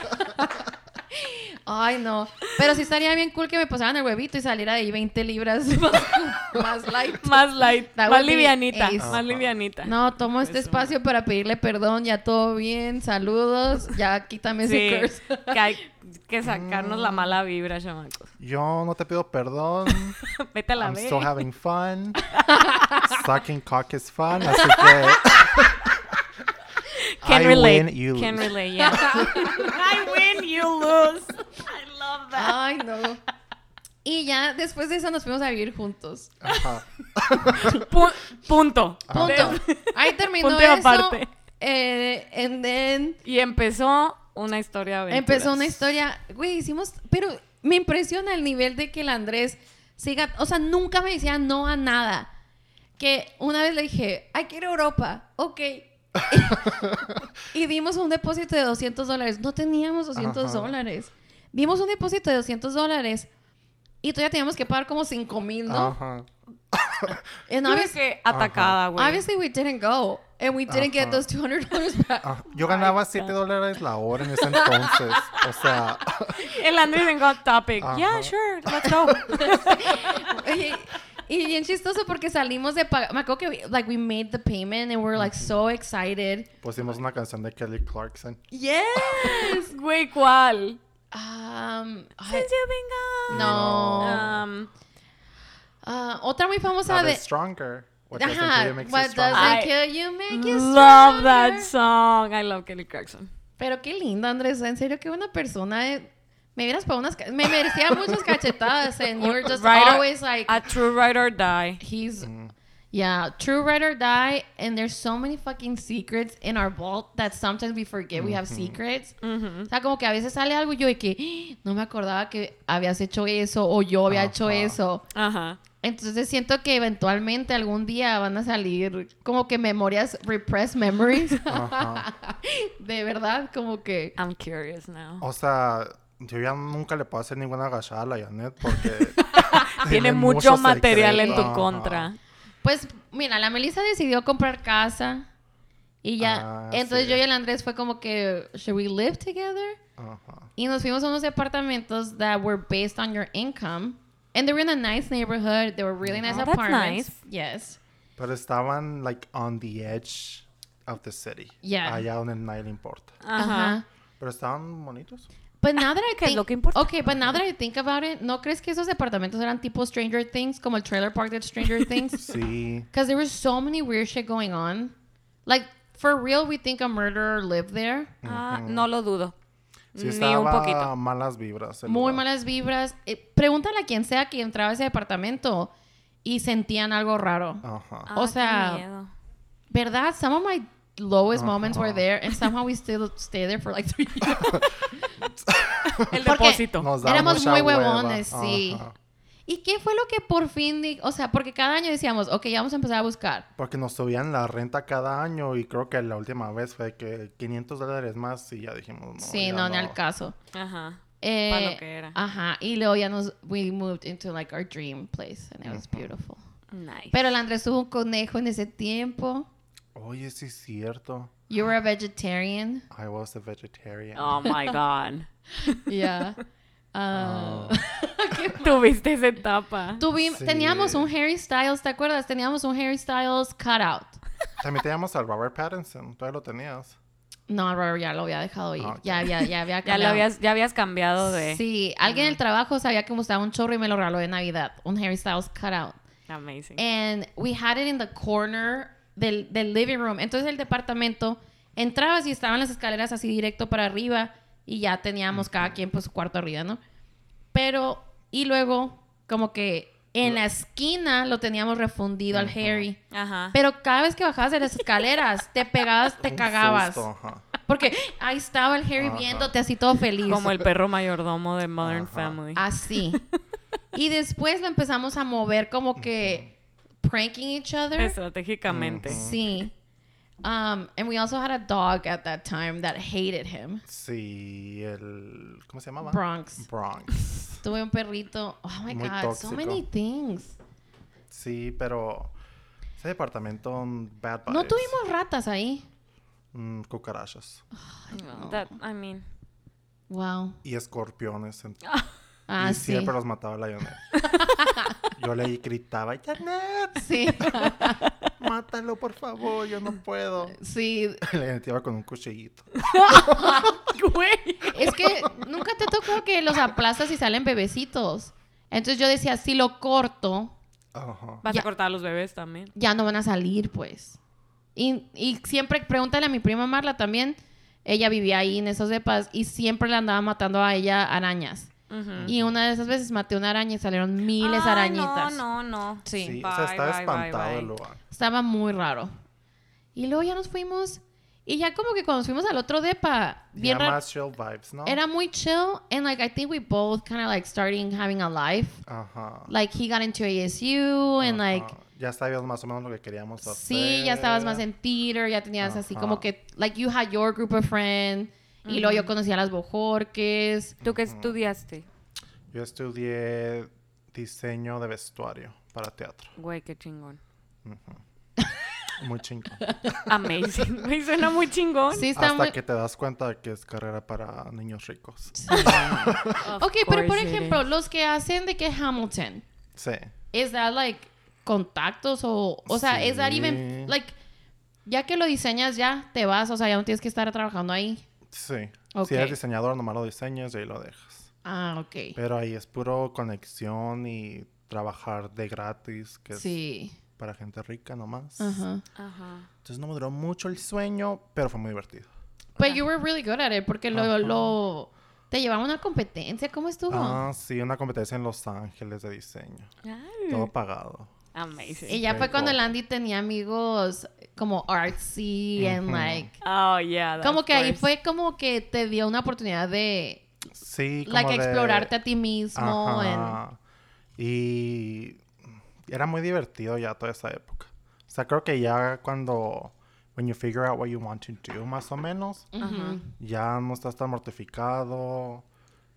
Ay, no. Pero sí estaría bien cool que me pasaran el huevito y saliera de ahí 20 libras más, más light.
Más light,
That
más
would be
livianita,
ace.
más livianita.
No, tomo este
Eso.
espacio para pedirle perdón, ya todo bien, saludos, ya quítame
Sí,
ese curse. Mm.
que hay que sacarnos la mala vibra, chamacos.
Yo no te pido perdón.
Vete a la
I'm
vez.
still having fun. Sucking cock is fun. Así que.
Can
I
relate.
win, you
Can
lose.
relate, yeah. I win, you lose. I love that.
Ay, no. Y ya después de eso nos fuimos a vivir juntos.
Ajá.
Ah.
Pu- punto.
Ah.
Punto. Ahí terminó
Punto y
eso.
aparte.
Eh, and then
Y empezó una historia de aventuras.
empezó una historia. Güey, hicimos. Pero me impresiona el nivel de que el Andrés siga. O sea, nunca me decía no a nada. Que una vez le dije, hay que ir a Europa. Ok. y dimos un depósito de 200 dólares. No teníamos 200
Ajá.
dólares. Dimos un depósito de 200 dólares. Y todavía teníamos que pagar como 5 mil, ¿no?
Ajá.
And
Tuve
obvious-
que atacada, güey.
obviously we didn't go. And we didn't get
Ajá.
those $200 back.
Ajá. Ah,
Oh
Yo ganaba 7 dólares la hora en ese entonces. O sea,
El Andrés en Got Topic.
Ajá.
Yeah, sure, let's go.
Oye, y bien chistoso porque salimos de pagar. Me acuerdo que, we- like, we made the payment and we were, like, so excited.
pusimos una canción de Kelly Clarkson.
Yes!
Güey, ¿cuál?
Um, ay,
Since you've been gone.
no.
Um,
Ah, otra muy famosa
La de
de.
Stronger. What doesn't
Ajá.
kill you makes you
What
stronger.
doesn't
I
kill you make you
love that
stronger.
song. I love Kelly Clarkson.
Pero qué lindo, Andrés. En serio, qué buena persona. eh. Me hubieras para unas. ca- Me merecía muchas cachetadas. And you were just
Right or-
always like.
A true ride or die.
He's,
Mm-hmm.
yeah, true ride or die. And there's so many fucking secrets in our vault that sometimes we forget we have
Mm-hmm.
secrets. O sea, como que a veces sale algo y yo de que "Ah, no me acordaba que habías hecho eso o yo había hecho
Ajá.
eso.
Ajá.
Entonces siento que eventualmente algún día van a salir como que memorias, repressed memories.
Ajá.
de verdad, como que.
I'm curious now.
O sea, yo ya nunca le puedo hacer ninguna agachada a la Janet porque.
Ah, Tiene mucho
muchos
material en
secretos.
tu
Ajá.
contra.
Pues mira, la Melissa decidió comprar casa y ya.
Ah,
Entonces
sí.
yo y el Andrés fue como que, ¿should we live together?
Ajá.
Y nos fuimos a unos departamentos that were based on your income. And they were in a nice neighborhood. They were really nice
Oh, that's
apartments. Yes.
Pero estaban, like, on the edge of the city.
Yeah. Ah.
Allá donde nadie le importa.
Ajá.
Pero estaban bonitos.
Uh-huh. But now that I
Que es
think,
lo que importa.
Okay, but now that I think about it, ¿no crees que esos departamentos eran tipo Stranger Things, como el trailer park de Stranger Things?
Sí.
Because there was so many weird shit going on. Like, for real, we think a murderer lived there.
Ah, no lo dudo.
Sí,
Ni un
estaba
poquito.
malas vibras. el
Muy
lugar.
malas vibras. Eh, pregúntale a quien sea que entraba a ese departamento y sentían algo raro.
Ajá.
Ah,
O sea, ¿Verdad? Some of my lowest moments were
Ajá.
there and somehow we still stayed there for like three years. porque-
el depósito.
Nos da
éramos
mucha
muy
hueva.
huevones, sí.
Ajá.
¿Y qué fue lo que por fin, di- o sea, porque cada año decíamos, ok, ya vamos a empezar a buscar.
Porque nos subían la renta cada año y creo que la última vez fue que 500 dólares más y ya dijimos no.
sí,
ya
no, ni al caso.
Ajá.
Eh,
Pa' lo que era.
Ajá, y luego ya nos, we moved into like our dream place and it was beautiful.
Nice.
Pero el Andrés tuvo un conejo en ese tiempo.
Oye, sí es cierto.
You were a vegetarian.
I was a vegetarian.
Ah.
Oh my god.
Yeah. Ah, qué
Tuviste esa etapa.
Tuvi-
Sí.
Teníamos un Harry Styles, ¿te acuerdas? Teníamos un Harry Styles cutout.
También teníamos al Robert Pattinson. Todavía lo tenías.
No, Robert ya lo había dejado ir.
Ah, ok.
Ya había, ya había
Ya, lo
cambiado.
habías, ya habías cambiado de. Ah.
Sí, alguien en el trabajo sabía que me gustaba un chorro y me lo regaló de Navidad. Un Harry Styles cutout.
Amazing.
And we had it in the corner del, del living room. Entonces el departamento, entrabas y estaban las escaleras así directo para arriba y ya teníamos cada quien pues su cuarto arriba, ¿no? Pero, y luego como que en la esquina lo teníamos refundido al Harry.
Ajá.
Pero cada vez que bajabas de las escaleras, te pegabas, te
Un
cagabas.
susto, ajá.
Porque ahí estaba el Harry
Ajá.
viéndote así todo feliz.
Como el perro mayordomo de Modern
Ajá.
Family.
Así. Y después lo empezamos a mover como que pranking each other.
Estratégicamente.
Sí. Um, and we also had a dog at that time that hated him.
Sí, el... ¿Cómo se llamaba?
Bronx.
Bronx.
Tuve un perrito. Oh my
Muy
God, so
tóxico.
many things.
Sí, pero ese departamento mm, bad
No
vibes.
tuvimos ratas ahí.
Mm, cucarachas.
That, I mean.
Wow.
y escorpiones. en-
Ah,
y
sí.
siempre los mataba Lionel. Yo le gritaba, Janet,
Sí,
mátalo por favor, yo no puedo.
sí.
Le metía con un cuchillito.
Güey.
Es que nunca te tocó que los aplastas y salen bebecitos. Entonces yo decía, si lo corto,
Ajá.
Vas
Ya.
a cortar a los bebés también.
ya no van a salir, pues. Y, y siempre pregúntale a mi prima Marla también. Ella vivía ahí en esos depas y siempre le andaba matando a ella arañas.
Ujú.
Y una de esas veces maté una araña y salieron miles
Ay,
arañitas.
No, no, no.
Sí.
Sí, o sea,
Bye,
estaba
bye,
espantado
bye,
el
bye.
lugar.
Estaba muy raro. Y luego ya nos fuimos. Y ya como que cuando nos fuimos al otro depa, bien
Bien
raro.
más chill vibes, ¿no?
Era muy chill. And like, I think we both kind of like starting having a life.
Ajá.
Like, he got into ASU and like,
Ah. Ajá. Ya sabíamos más o menos lo que queríamos hacer.
Sí, ya estabas más en theater, ya tenías así como
Ajá.
que, like, you had your group of friends. Y luego yo conocía a las Bojorques.
¿Tú qué estudiaste?
Yo estudié diseño de vestuario para teatro.
Güey, qué chingón.
Muy chingón.
Amazing. Güey, suena muy chingón.
Sí, está
Hasta
muy...
que te das cuenta de que es carrera para niños ricos.
Of
Ok, pero por
course it
ejemplo,
is.
los que hacen de que Hamilton,
Sí.
¿es that like contactos o, o sea, es that even,
Sí.
like, ya que lo diseñas ya te vas, o sea, ya no tienes que estar trabajando ahí?
Sí.
Ok.
Si eres diseñador, nomás lo diseñas y ahí lo dejas.
Ah, ok.
Pero ahí es puro conexión y trabajar de gratis, que es
Sí.
para gente rica nomás.
Ajá.
Ajá.
Entonces no me duró mucho el sueño, pero fue muy divertido.
But you were really good at it porque lo,
Ajá.
lo... Te llevaba una competencia, ¿cómo estuvo?
Ah, sí, una competencia en Los Ángeles de diseño. Todo pagado.
Y
Amazing.
ya fue
Very
cuando
cool.
el Andy tenía amigos como artsy and
Ujú.
like...
Oh, yeah. of
Como que ahí
course.
fue como que te dio una oportunidad de...
Sí, como
Like,
de-
explorarte a ti mismo. and-
Ajá. Y era muy divertido ya toda esa época. O sea, creo que ya cuando when you figure out what you want to do, más o menos,
Ujú.
ya no estás tan mortificado.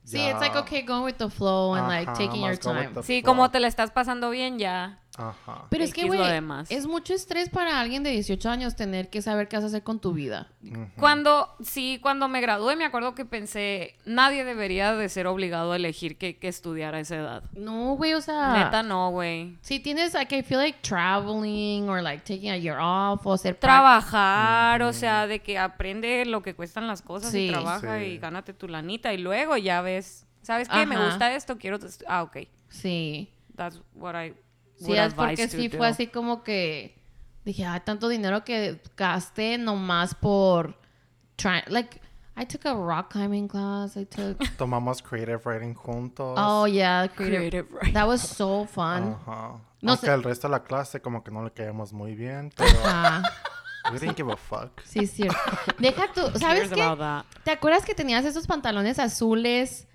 Sí,
ya-
it's like, okay, going with the flow and like
Ajá,
taking
más
your
go with
time.
the
Sí,
flow.
como te la estás pasando bien ya.
Ajá.
Pero es que,
X lo
güey,
demás.
es mucho estrés para alguien de 18 años tener que saber qué vas a hacer con tu vida.
Cuando, sí, cuando me gradué me acuerdo que pensé, nadie debería de ser obligado a elegir qué, qué estudiar a esa edad.
No, güey, o sea...
Neta no, güey.
Si tienes, like, I feel like traveling or like taking a year off o hacer... prácticas.
Trabajar, o sea, de que aprende lo que cuestan las cosas
Sí.
y trabaja
Sí.
y gánate tu lanita y luego ya ves, ¿sabes qué? Me
Ajá.
gusta esto, quiero... estu- Ah, ok.
Sí.
That's what I
Sí,
would
es porque
advise to
sí
do.
fue así como que dije, ah, tanto dinero que gasté nomás por try like I took a rock climbing class, I took
Tomamos creative writing juntos.
Oh yeah, creative.
Creative writing.
That was so fun.
Ajá.
No
Aunque
sé-
el resto de la clase como que no le caíamos muy bien, pero
Ah,
we didn't give a fuck.
sí, es cierto. Deja tú, Pues, ¿sabes
Cares
qué?
about that.
¿Te acuerdas que tenías esos pantalones azules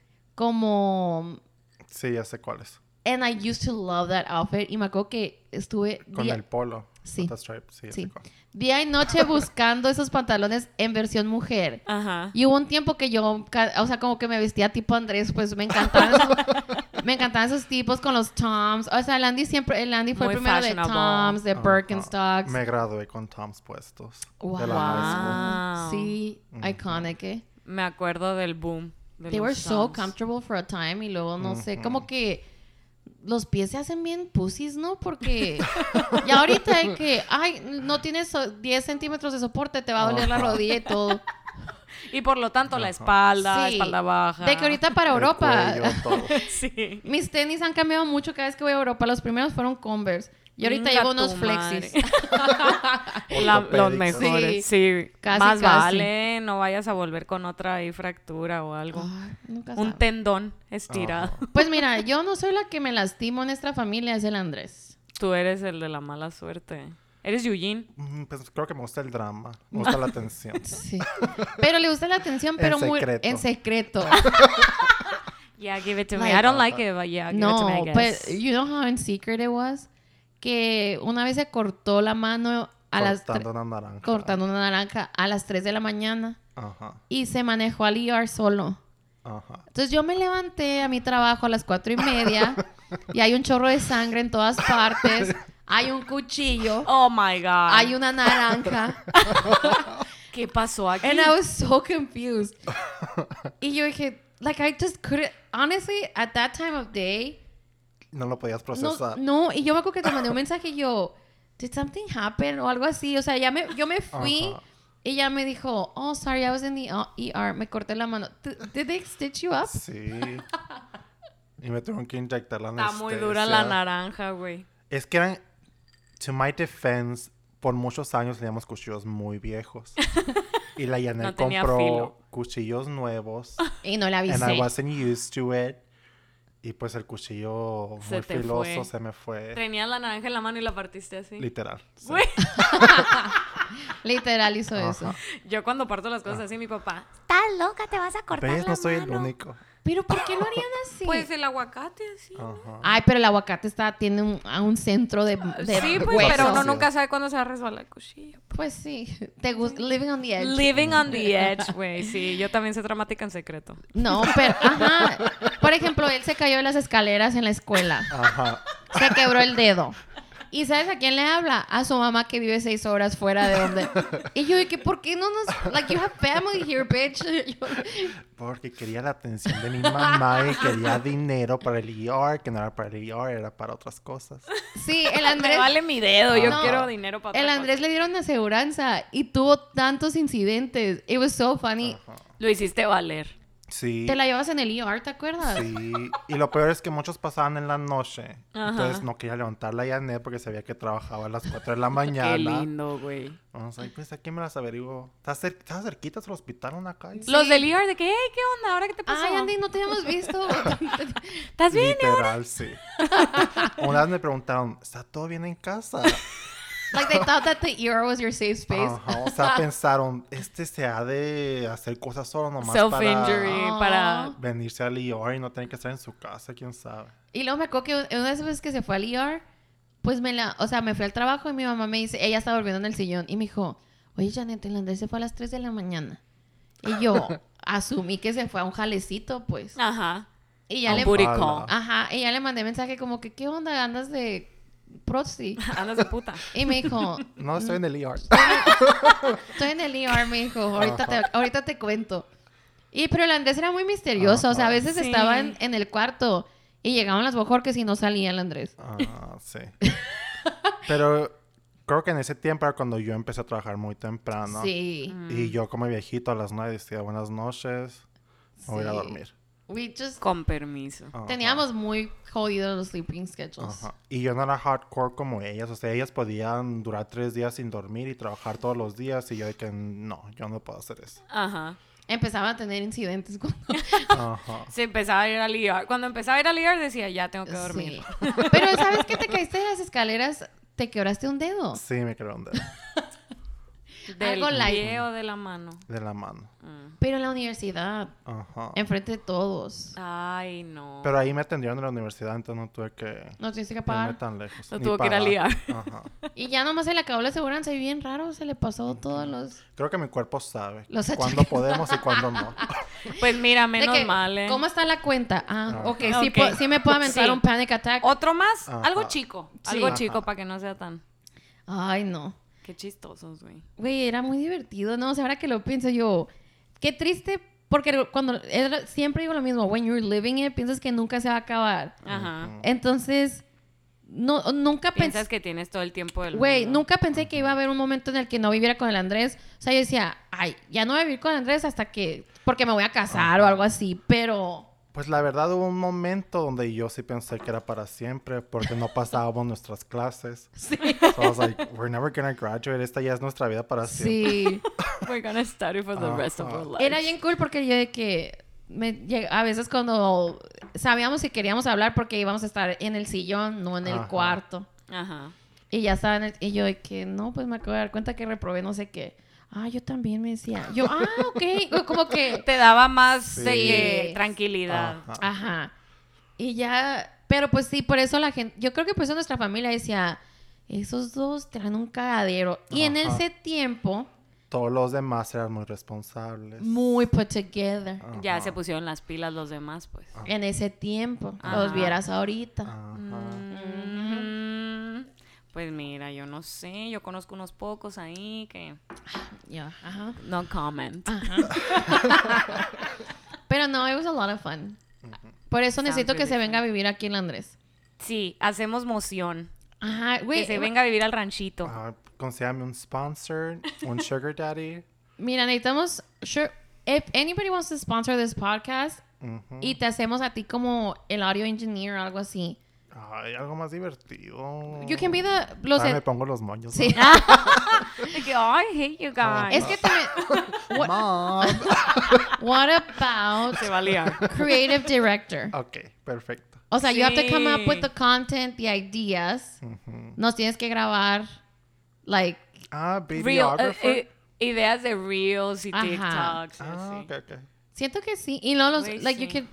como
Sí, ya sé cuál es.
and I used to love that outfit y me acuerdo que estuve
Con
día-
el polo.
Sí.
With the stripe. Sí, ya sé
Sí.
cuál.
día y noche buscando esos pantalones en versión mujer.
Ajá.
Y hubo un tiempo que yo, ca- o sea, como que me vestía tipo Andrés, pues me encantaban esos, me encantaban esos tipos con los Toms. O sea, el Andy siempre, el Andy fue
Muy
el primero de
fashionable.
Toms, de
Ajá.
Birkenstocks.
Ah, Me gradué con Toms puestos.
Wow.
De la high school.
Wow.
Mm.
Sí, iconic, eh.
Me acuerdo del boom. de
They
los
were so
Toms.
comfortable for a time y luego no sé, como que los pies se hacen bien pussies, ¿no? Porque ya ahorita hay que, ay, no tienes so- 10 centímetros de soporte, te va a doler la
Ah.
rodilla y todo.
Y por lo tanto la espalda,
Sí.
espalda baja.
De que ahorita para
El
Europa.
cuello, todo.
Sí.
Mis tenis han cambiado mucho cada vez que voy a Europa. Los primeros fueron Converse. Y ahorita
Venga
llevo
tu
unos
madre.
flexis.
La- los
Ortopédicos.
mejores. Sí.
Casi,
Más
casi.
vale no vayas a volver con otra ahí fractura o algo.
Ay, nunca
Un
sabe.
tendón estirado.
Pues mira, yo no soy la que me lastimo en nuestra familia, es el Andrés.
Tú eres el de la mala suerte. Eres Eugene.
Mm, pues creo que me gusta el drama. Me gusta la tensión.
Sí. Pero le gusta la atención,
En
pero muy
secreto.
en secreto.
Ah, Yeah, give it to
me.
me.
Like-
I don't like pues, it, but yeah, give it to me,
No,
I guess.
but you know how in secret it was que una vez se cortó la mano a las tre-
cortando una naranja.
cortando una naranja a las 3 de la mañana
Ajá,
y se manejó al ER solo.
ajá.
Entonces yo me levanté a mi trabajo a las cuatro y media y hay un chorro de sangre en todas partes, hay un cuchillo,
Oh my God.
hay una naranja.
¿Qué pasó aquí?
And I was so confused. y yo dije, like I just couldn't, honestly, at that time of day,
No lo podías
no,
procesar.
no, y yo me acuerdo que te mandé un mensaje y yo, did something happen o algo así, o sea, ya me, yo me fui
Ajá.
y ella me dijo, oh, sorry, I was in the uh, ER, me corté la mano. T- Did they stitch you up?
Sí. Y me tuvieron que inyectar la
Está muy dura la
anestesia.
naranja, güey.
Es que eran, to my defense, por muchos años teníamos cuchillos muy viejos. y la Yanel
No tenía
compró
filo.
cuchillos nuevos.
Y no la
and I
avisé.
wasn't used to it. Y pues el cuchillo
Se
muy
te
filoso
fue.
se me fue.
Tenía la naranja en la mano y la partiste así.
Literal. sí.
Güey,
Literal hizo eso.
Ajá.
yo cuando parto las
Ah.
cosas así, mi papá.
Estás loca, te vas a cortar
¿Ves?
la
No soy el
mano.
único.
Pero ¿por qué lo harían así?
Pues el aguacate así.
Ah.
Ajá.
Ay, pero el aguacate está, tiene un, a un centro de, de
sí, pues,
hueso.
pero uno
Sí.
nunca sabe cuándo se va a resbalar el cuchillo.
Pues sí, te gusta Living on the Edge.
Living on the edge, güey. Sí, yo también soy dramática en secreto.
no, pero ajá. Por ejemplo, él se cayó de las escaleras en la escuela.
Ajá.
Se quebró el dedo. ¿Y sabes a quién le habla? A su mamá que vive seis horas fuera de donde. Y yo dije, ¿por qué no nos. Like, you have family here, bitch. Yo-
Porque quería la atención de mi mamá y quería dinero para el ER, que no era para el ER, era para otras cosas.
sí, el Andrés.
Me vale mi dedo, yo
No.
quiero dinero para otra
El
cosa.
Andrés le dieron aseguranza y tuvo tantos incidentes. It was so funny.
Lo hiciste valer.
Sí.
Te la llevas en el ER, ¿te acuerdas?
Sí, y lo peor es que muchos pasaban en la noche.
Ajá.
Entonces no quería levantarla a Janet porque sabía que trabajaba a las 4 de la
Qué
mañana.
lindo, güey.
Vamos a pues aquí me las averiguo. ¿Estás, cer ¿Estás cerquita del hospital una calle?
Los del ER de que, hey, ¿qué onda? ¿Ahora qué te pasó?
Ay, Andy, no te habíamos visto.
¿Estás bien?
Literal, sí. una vez me preguntaron, ¿está todo bien en casa?
like, they thought that the ER was your safe space.
Ajá, o sea, pensaron, este se ha de hacer cosas solo nomás
Self-injury
Ah.
para...
venirse al ER y no tener que estar en su casa, quién sabe.
Y luego me acuerdo que una de esas veces que se fue al ER, pues me la, o sea, me fui al trabajo y mi mamá me dice, ella estaba durmiendo en el sillón y me dijo, oye, Janet, el Andrés se fue a las 3 de la mañana. Y yo asumí que se fue a un jalecito, pues.
Ajá.
Y ya
un
le,
booty
Ala.
call.
ajá, y ya le mandé mensaje como que, ¿qué onda? ¿Andas de proxy?
Andas de puta.
Y me dijo,
No, estoy en el ER.
Estoy en el ER, me dijo. Ahorita te, ahorita te cuento. Y pero el Andrés era muy misterioso. O sea, a veces
Sí.
estaba en, en el cuarto y llegaban las bojorques y no salía el Andrés.
Ah, sí. Pero creo que en ese tiempo era cuando yo empecé a trabajar muy temprano.
Ah,
Sí. Mm.
Y yo como viejito a las 9 decía buenas noches, me voy a ir a
Sí.
dormir.
We just-
Con permiso.
Ajá,
teníamos muy jodidos los sleeping schedules.
ajá. Y yo no era hardcore como ellas, o sea, ellas podían durar tres días sin dormir y trabajar todos los días y yo de que no, yo no puedo hacer eso.
Ajá.
Empezaba a tener incidentes cuando...
Ajá.
Se empezaba a ir al ER. Cuando empezaba a ir al ER decía, ya tengo que dormir.
Sí. Pero ¿sabes que Te caíste de las escaleras, te quebraste un dedo.
Sí, me quedé un dedo
Del
Algo light.
pie o de la mano. Mm.
de la mano.
Pero en la universidad,
Ajá.
Em,
enfrente de todos.
Ay, no.
Pero ahí me atendieron en la universidad, entonces no tuve que
No tienes que
irme
pagar.
tan lejos.
No
ni
tuvo que ir al
pagar.
ER.
Ajá.
Y ya nomás se le acabó la aseguranza y bien raro, se le pasó todos los...
Creo que mi cuerpo sabe
Los
cuándo
achaques.
podemos y cuándo no.
Pues mira,
De
menos
que,
mal, ¿eh?
¿Cómo está la cuenta? Ah,
Ah.
ok, Sí,
Ok.
po- sí me puedo aventar
Sí.
un panic attack.
Otro más,
Ajá.
algo chico.
Sí.
Algo
Ajá.
chico para que no sea tan.
Ay, no.
Qué chistosos, güey.
Güey, era muy divertido, ¿no? O sea, ahora que lo pienso yo, qué triste, porque cuando, era- siempre digo lo mismo, when you're living it, piensas que nunca se va a acabar.
Ajá.
Entonces, no, nunca pensé...
Piensas que tienes todo el tiempo del
Güey,
mundo.
nunca pensé que iba a haber un momento en el que no viviera con el Andrés. O sea, yo decía, ay, ya no voy a vivir con Andrés hasta que... Porque me voy a casar o algo así, pero...
Pues la verdad hubo un momento donde yo sí pensé que era para siempre porque no pasábamos nuestras clases.
Sí.
So I was like, we're never gonna graduate. Esta ya es nuestra vida para siempre.
Sí.
We're gonna study for the rest of
Ajá.
our lives.
Era bien cool porque yo de que me lleg- a veces cuando sabíamos si queríamos hablar porque íbamos a estar en el sillón, no en el
Ajá.
cuarto.
Ajá.
Y ya estaba en el- y yo de que no, pues me acabo de dar cuenta que reprobé no sé qué. Ah, yo también me decía. Yo, ah, ok. Como que
Te daba más de
Sí.
que tranquilidad.
Ajá.
Ajá. Y ya, pero pues sí, por eso la gente, yo creo que por eso nuestra familia decía, esos dos traen un cagadero. Y en
Ajá.
ese tiempo,
Todos los demás eran muy responsables.
muy put together.
Ajá.
Ya se pusieron las pilas los demás, pues.
En ese tiempo,
Ajá.
los vieras ahorita.
Ajá.
Mm, Pues mira, yo no sé, yo conozco unos pocos ahí que...
Yeah, ajá.
No comment.
Ah. Pero no, it was a lot of fun. Por eso
Sounds
necesito que
really
se venga a vivir aquí en Londres.
Sí, hacemos moción.
Ajá,
Que
güey.
se venga a vivir al ranchito.
Ah, consígame un sponsor, un sugar daddy.
Mira, necesitamos. Sure, if anybody wants to sponsor this podcast,
Ujú.
y te hacemos a ti como el audio engineer o algo así.
Ay, algo más divertido.
You can be the. Los
Ahora
de-
me pongo los moños.
Sí.
De que, "Oh, I hate you guys.
es que también.
¿no?
What,
Mom.
what about
se va a liar.
creative director?
ok, perfecto.
O sea, you have to come up
Sí.
with the content, the ideas.
Ujú.
Nos tienes que grabar, like,
Ah,
uh,
Real- eh,
videographer.
eh, ideas de reels y
Ajá.
TikToks. y
ah,
así.
ok, ok.
siento que sí. Y no los,
Güey,
like, you
sí.
can,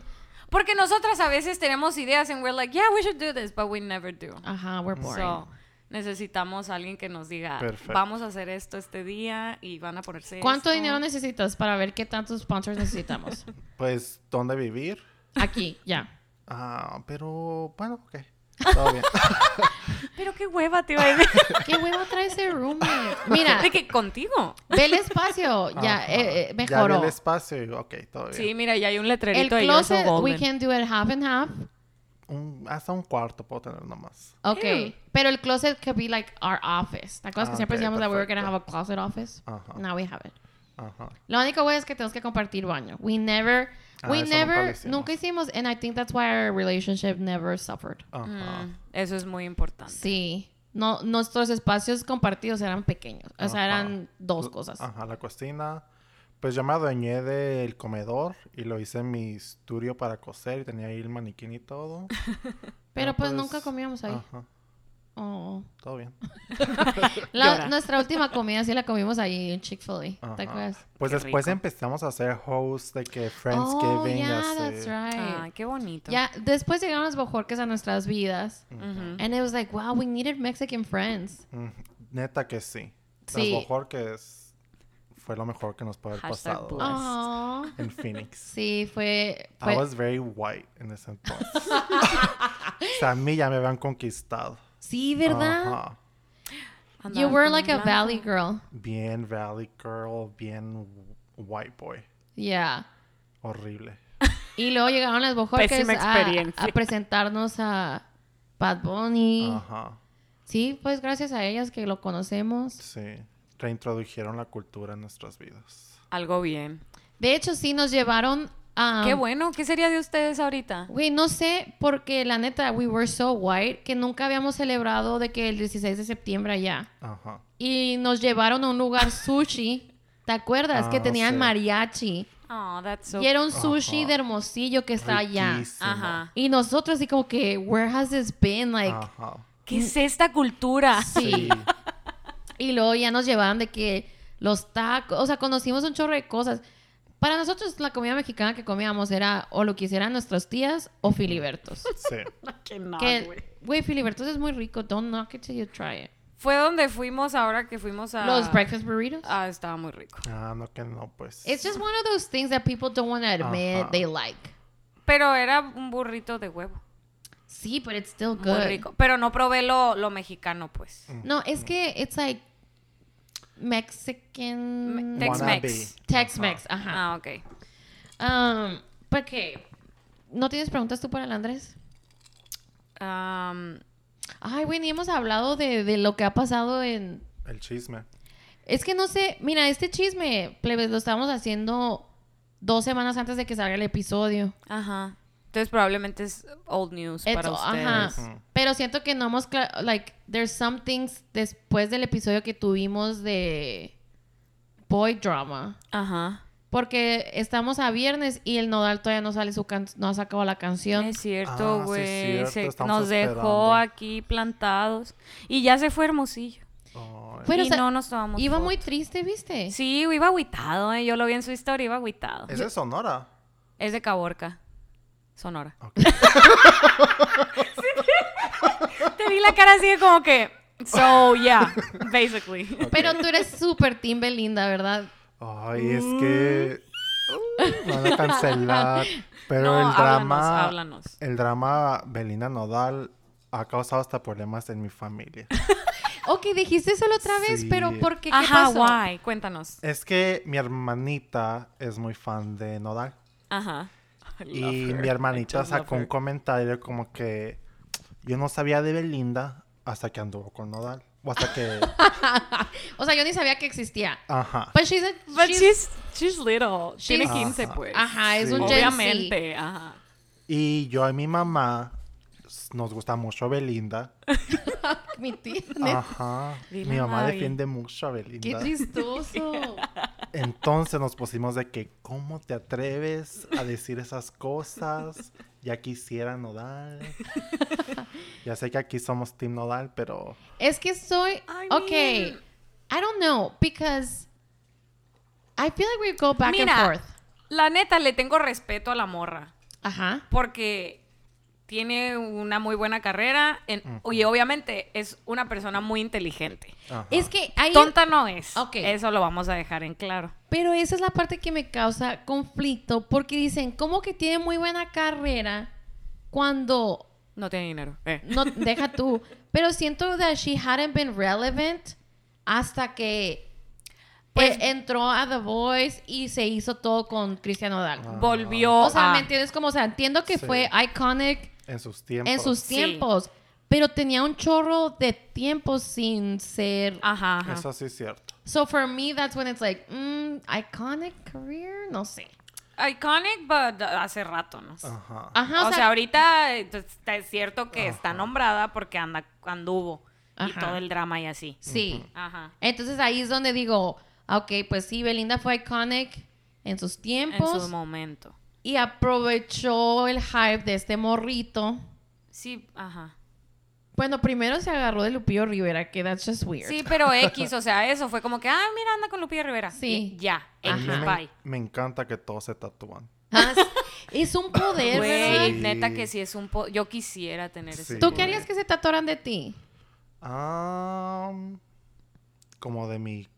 Porque nosotras a veces tenemos ideas and we're like, yeah, we should do this, but we never do.
ajá, we're Ah, boring.
So, necesitamos a alguien que nos diga,
Perfecto.
vamos a hacer esto este día y van a ponerse
¿Cuánto
esto".
dinero necesitas para ver qué tantos sponsors necesitamos?
Pues, ¿dónde vivir?
Aquí, ya.
Ah, pero, bueno, ok. Todo bien.
Pero qué hueva te iba a decir.
¿Qué huevo trae ese roommate? Mira,
De que contigo.
ve el espacio. Ya,
Ajá.
eh, eh,
Ah, Ya vi
mejoró.
el espacio y, ok, todo
Sí,
bien.
mira, ya hay un
El
letrerito de yo soy
closet, we
golden.
can do it half and half.
Un- hasta un cuarto puedo tener nomás.
Ok.
Ew.
Pero el closet could be like our office. ¿Te acuerdas que
Ah,
siempre
ok,
decíamos that we were going to
perfecto.
have a closet office?
Ajá.
Now we have it.
Ajá.
Lo único bueno es que tenemos que compartir baño. We never,
Ah,
we
eso nunca lo
never,
hicimos.
nunca hicimos. And I think that's why our relationship never suffered.
Ajá.
Mm, Eso es muy importante.
Sí. No, nuestros espacios compartidos eran pequeños. O sea,
Ajá.
eran dos cosas.
Ajá, la cocina. Pues yo me adueñé del comedor y lo hice en mi estudio para coser y tenía ahí el maniquín y todo.
Pero pues nunca comíamos ahí.
Ajá,
Oh.
todo bien.
La-
Llora.
nuestra última comida sí la comimos ahí en Chick-fil-A.
Ajá.
¿Te acuerdas?
Pues
Qué
después
rico.
empezamos a hacer host de que
Oh,
Friendsgiving y
yeah,
así.
that's right.
Ah, qué bonito.
Ya, después llegaron los bojorques a nuestras vidas.
Ujú.
And it was like, wow, we needed Mexican friends.
Mm, Neta que sí.
Sí.
Las mejor que es... fue lo mejor que nos puede haber
Hashtag
pasado
blessed.
¿verdad?
Aw.
en Phoenix.
Sí, fue...
I
fue
was very white en ese entonces. o sea, a mí ya me habían conquistado.
sí, ¿verdad?
Ajá.
You
Andabas
were
con
like
un
a
blanco.
valley girl.
Bien Valley Girl, bien white boy.
Yeah.
Horrible.
Y luego llegaron las bojorques
Pésima
a,
experiencia.
a presentarnos a Bad Bunny.
Ajá.
Sí, pues gracias a ellas que lo conocemos.
Sí. Reintrodujeron la cultura en nuestras vidas.
Algo bien.
De hecho, sí nos llevaron a...
qué bueno. ¿Qué sería de ustedes ahorita?
Güey, no sé, porque la neta, we were so white que nunca habíamos celebrado de que el 16 de septiembre allá.
Ajá.
Y nos llevaron a un lugar sushi. ¿Te acuerdas?
Ah,
que tenían
sí.
mariachi.
Oh, that's so...
y era un sushi
Ajá.
de hermosillo que está allá.
Riquísimo.
Ajá.
Y nosotros así como que, where has this been? Like,
Ajá.
¿Qué es esta cultura?
sí. Y luego ya nos llevaban de que los tacos, o sea, conocimos un chorro de cosas. Para nosotros la comida mexicana que comíamos era o lo que hicieran nuestros tías o filibertos.
Sí.
Que no, Ah, güey.
que, güey, filibertos es muy rico. Don't knock it till you try it.
Fue donde fuimos ahora que fuimos a...
Los breakfast burritos.
Ah, estaba muy rico.
Ah, no que no, pues.
It's just one of those things that people don't want to admit
Ajá.
they like.
Pero era un burrito de huevo.
Sí, but it's still
Muy
good.
rico. Pero no probé lo, lo mexicano, pues.
No, es que it's like Mexican
Me-
Wannabe.
Tex-Mex.
Tex-Mex, ajá.
Ah, ok.
Um, ¿Por qué? ¿No tienes preguntas tú para el Andrés?
Um,
Ay, güey, ni hemos hablado de, de lo que ha pasado en...
El chisme.
Es que no sé, mira, este chisme, plebes, lo estamos haciendo dos semanas antes de que salga el episodio.
ajá. Entonces probablemente es old news
It's-
para ustedes.
ajá.
Ujú.
Pero siento que no hemos... cla- Like, there's some things después del episodio que tuvimos de boy drama.
Ajá.
Porque estamos a viernes y el Nodal todavía no sale su can- no ha sacado la canción.
Es cierto,
Ah, sí,
güey.
cierto,
Se-
estamos
nos
esperando.
dejó aquí plantados. Y ya se fue Hermosillo.
Ay.
Pero, o
y
sea,
no nos tomamos
Iba
foto.
muy triste, ¿viste?
Sí, iba agüitado, eh. Yo lo vi en su historia, iba agüitado.
¿Es de Sonora?
Es de Caborca, Sonora.
Ok.
Te vi la cara así de como que... So, yeah, basically.
Pero tú eres súper team Belinda, ¿verdad?
Ay, es que. Me Van a cancelar. Pero
Mm. no,
el drama.
háblanos, háblanos.
El drama Belinda Nodal ha causado hasta problemas en mi familia.
Ok, dijiste eso la otra vez,
Sí.
pero ¿por qué? ¿Qué
Ajá,
pasó?
why? Cuéntanos.
Es que mi hermanita es muy fan de Nodal.
Ajá. I love
Y
her.
mi
I
hermanita
just love
sacó un
her.
comentario como que yo no sabía de Belinda hasta que anduvo con Nodal. O hasta que...
O sea, yo ni sabía que existía.
Ajá.
But she's a-
But
she's-
she's, she's little. Tiene
she's-
15, pues.
Ajá, es
Sí.
un Gen Z.
Obviamente, ajá.
Y yo y mi mamá s- nos gusta mucho Belinda.
Mi tía.
Ah, Ajá.
Dile
Mi
a
mamá
Mavi.
defiende mucho a
Qué
Belinda.
tristoso.
Entonces nos pusimos de que, ¿cómo te atreves a decir esas cosas? Ya quisiera Nodal. Ya sé que aquí somos Team Nodal, pero...
es que soy.
I
okay.
mean-
I don't know because I feel like we go back
Mira,
and forth.
la neta, le tengo respeto a la morra.
Ajá.
Porque tiene una muy buena carrera. en- Y obviamente es una persona muy inteligente.
ajá.
Es que hay.
Tonta no es.
Ok.
Eso lo vamos a dejar en claro.
Pero esa es la parte que me causa conflicto porque dicen, ¿cómo que tiene muy buena carrera cuando
No tiene dinero. Eh.
no deja tú? Pero siento that she hadn't been relevant hasta que
Pues-
eh, entró a The Voice y se hizo todo con Cristian Odal.
Volvió
O sea,
a-
¿me entiendes? Como, o sea, entiendo que
Sí.
fue iconic
En sus tiempos.
en sus
Sí.
tiempos, pero tenía un chorro de tiempo sin ser.
Ajá, ajá.
Eso sí es cierto.
So for me, that's when it's like, mm, iconic career, no sé.
Iconic, but hace rato, ¿no?
Ajá.
Ajá,
o sea, ahorita eh, pues, está- es cierto que está nombrada porque anda anduvo y
Ajá.
todo el drama y así.
sí.
Ajá.
Entonces ahí es donde digo, ah, ok, pues sí, Belinda fue iconic en sus tiempos
En su momento.
y aprovechó el hype de este morrito.
Sí, ajá.
Bueno, primero se agarró de Lupillo Rivera, que that's just weird.
Sí, pero X, o sea, eso fue como que, ah, mira, anda con Lupita Rivera.
Sí.
Y ya,
A
X,
mí me,
bye.
me encanta que todos se tatúan.
Ah, es- es un poder,
Güey,
¿verdad?
neta que sí es un po... Yo quisiera tener ese
Sí.
¿Tú
poder.
qué harías que se tatuaran de ti?
Am, Ah, como de mi,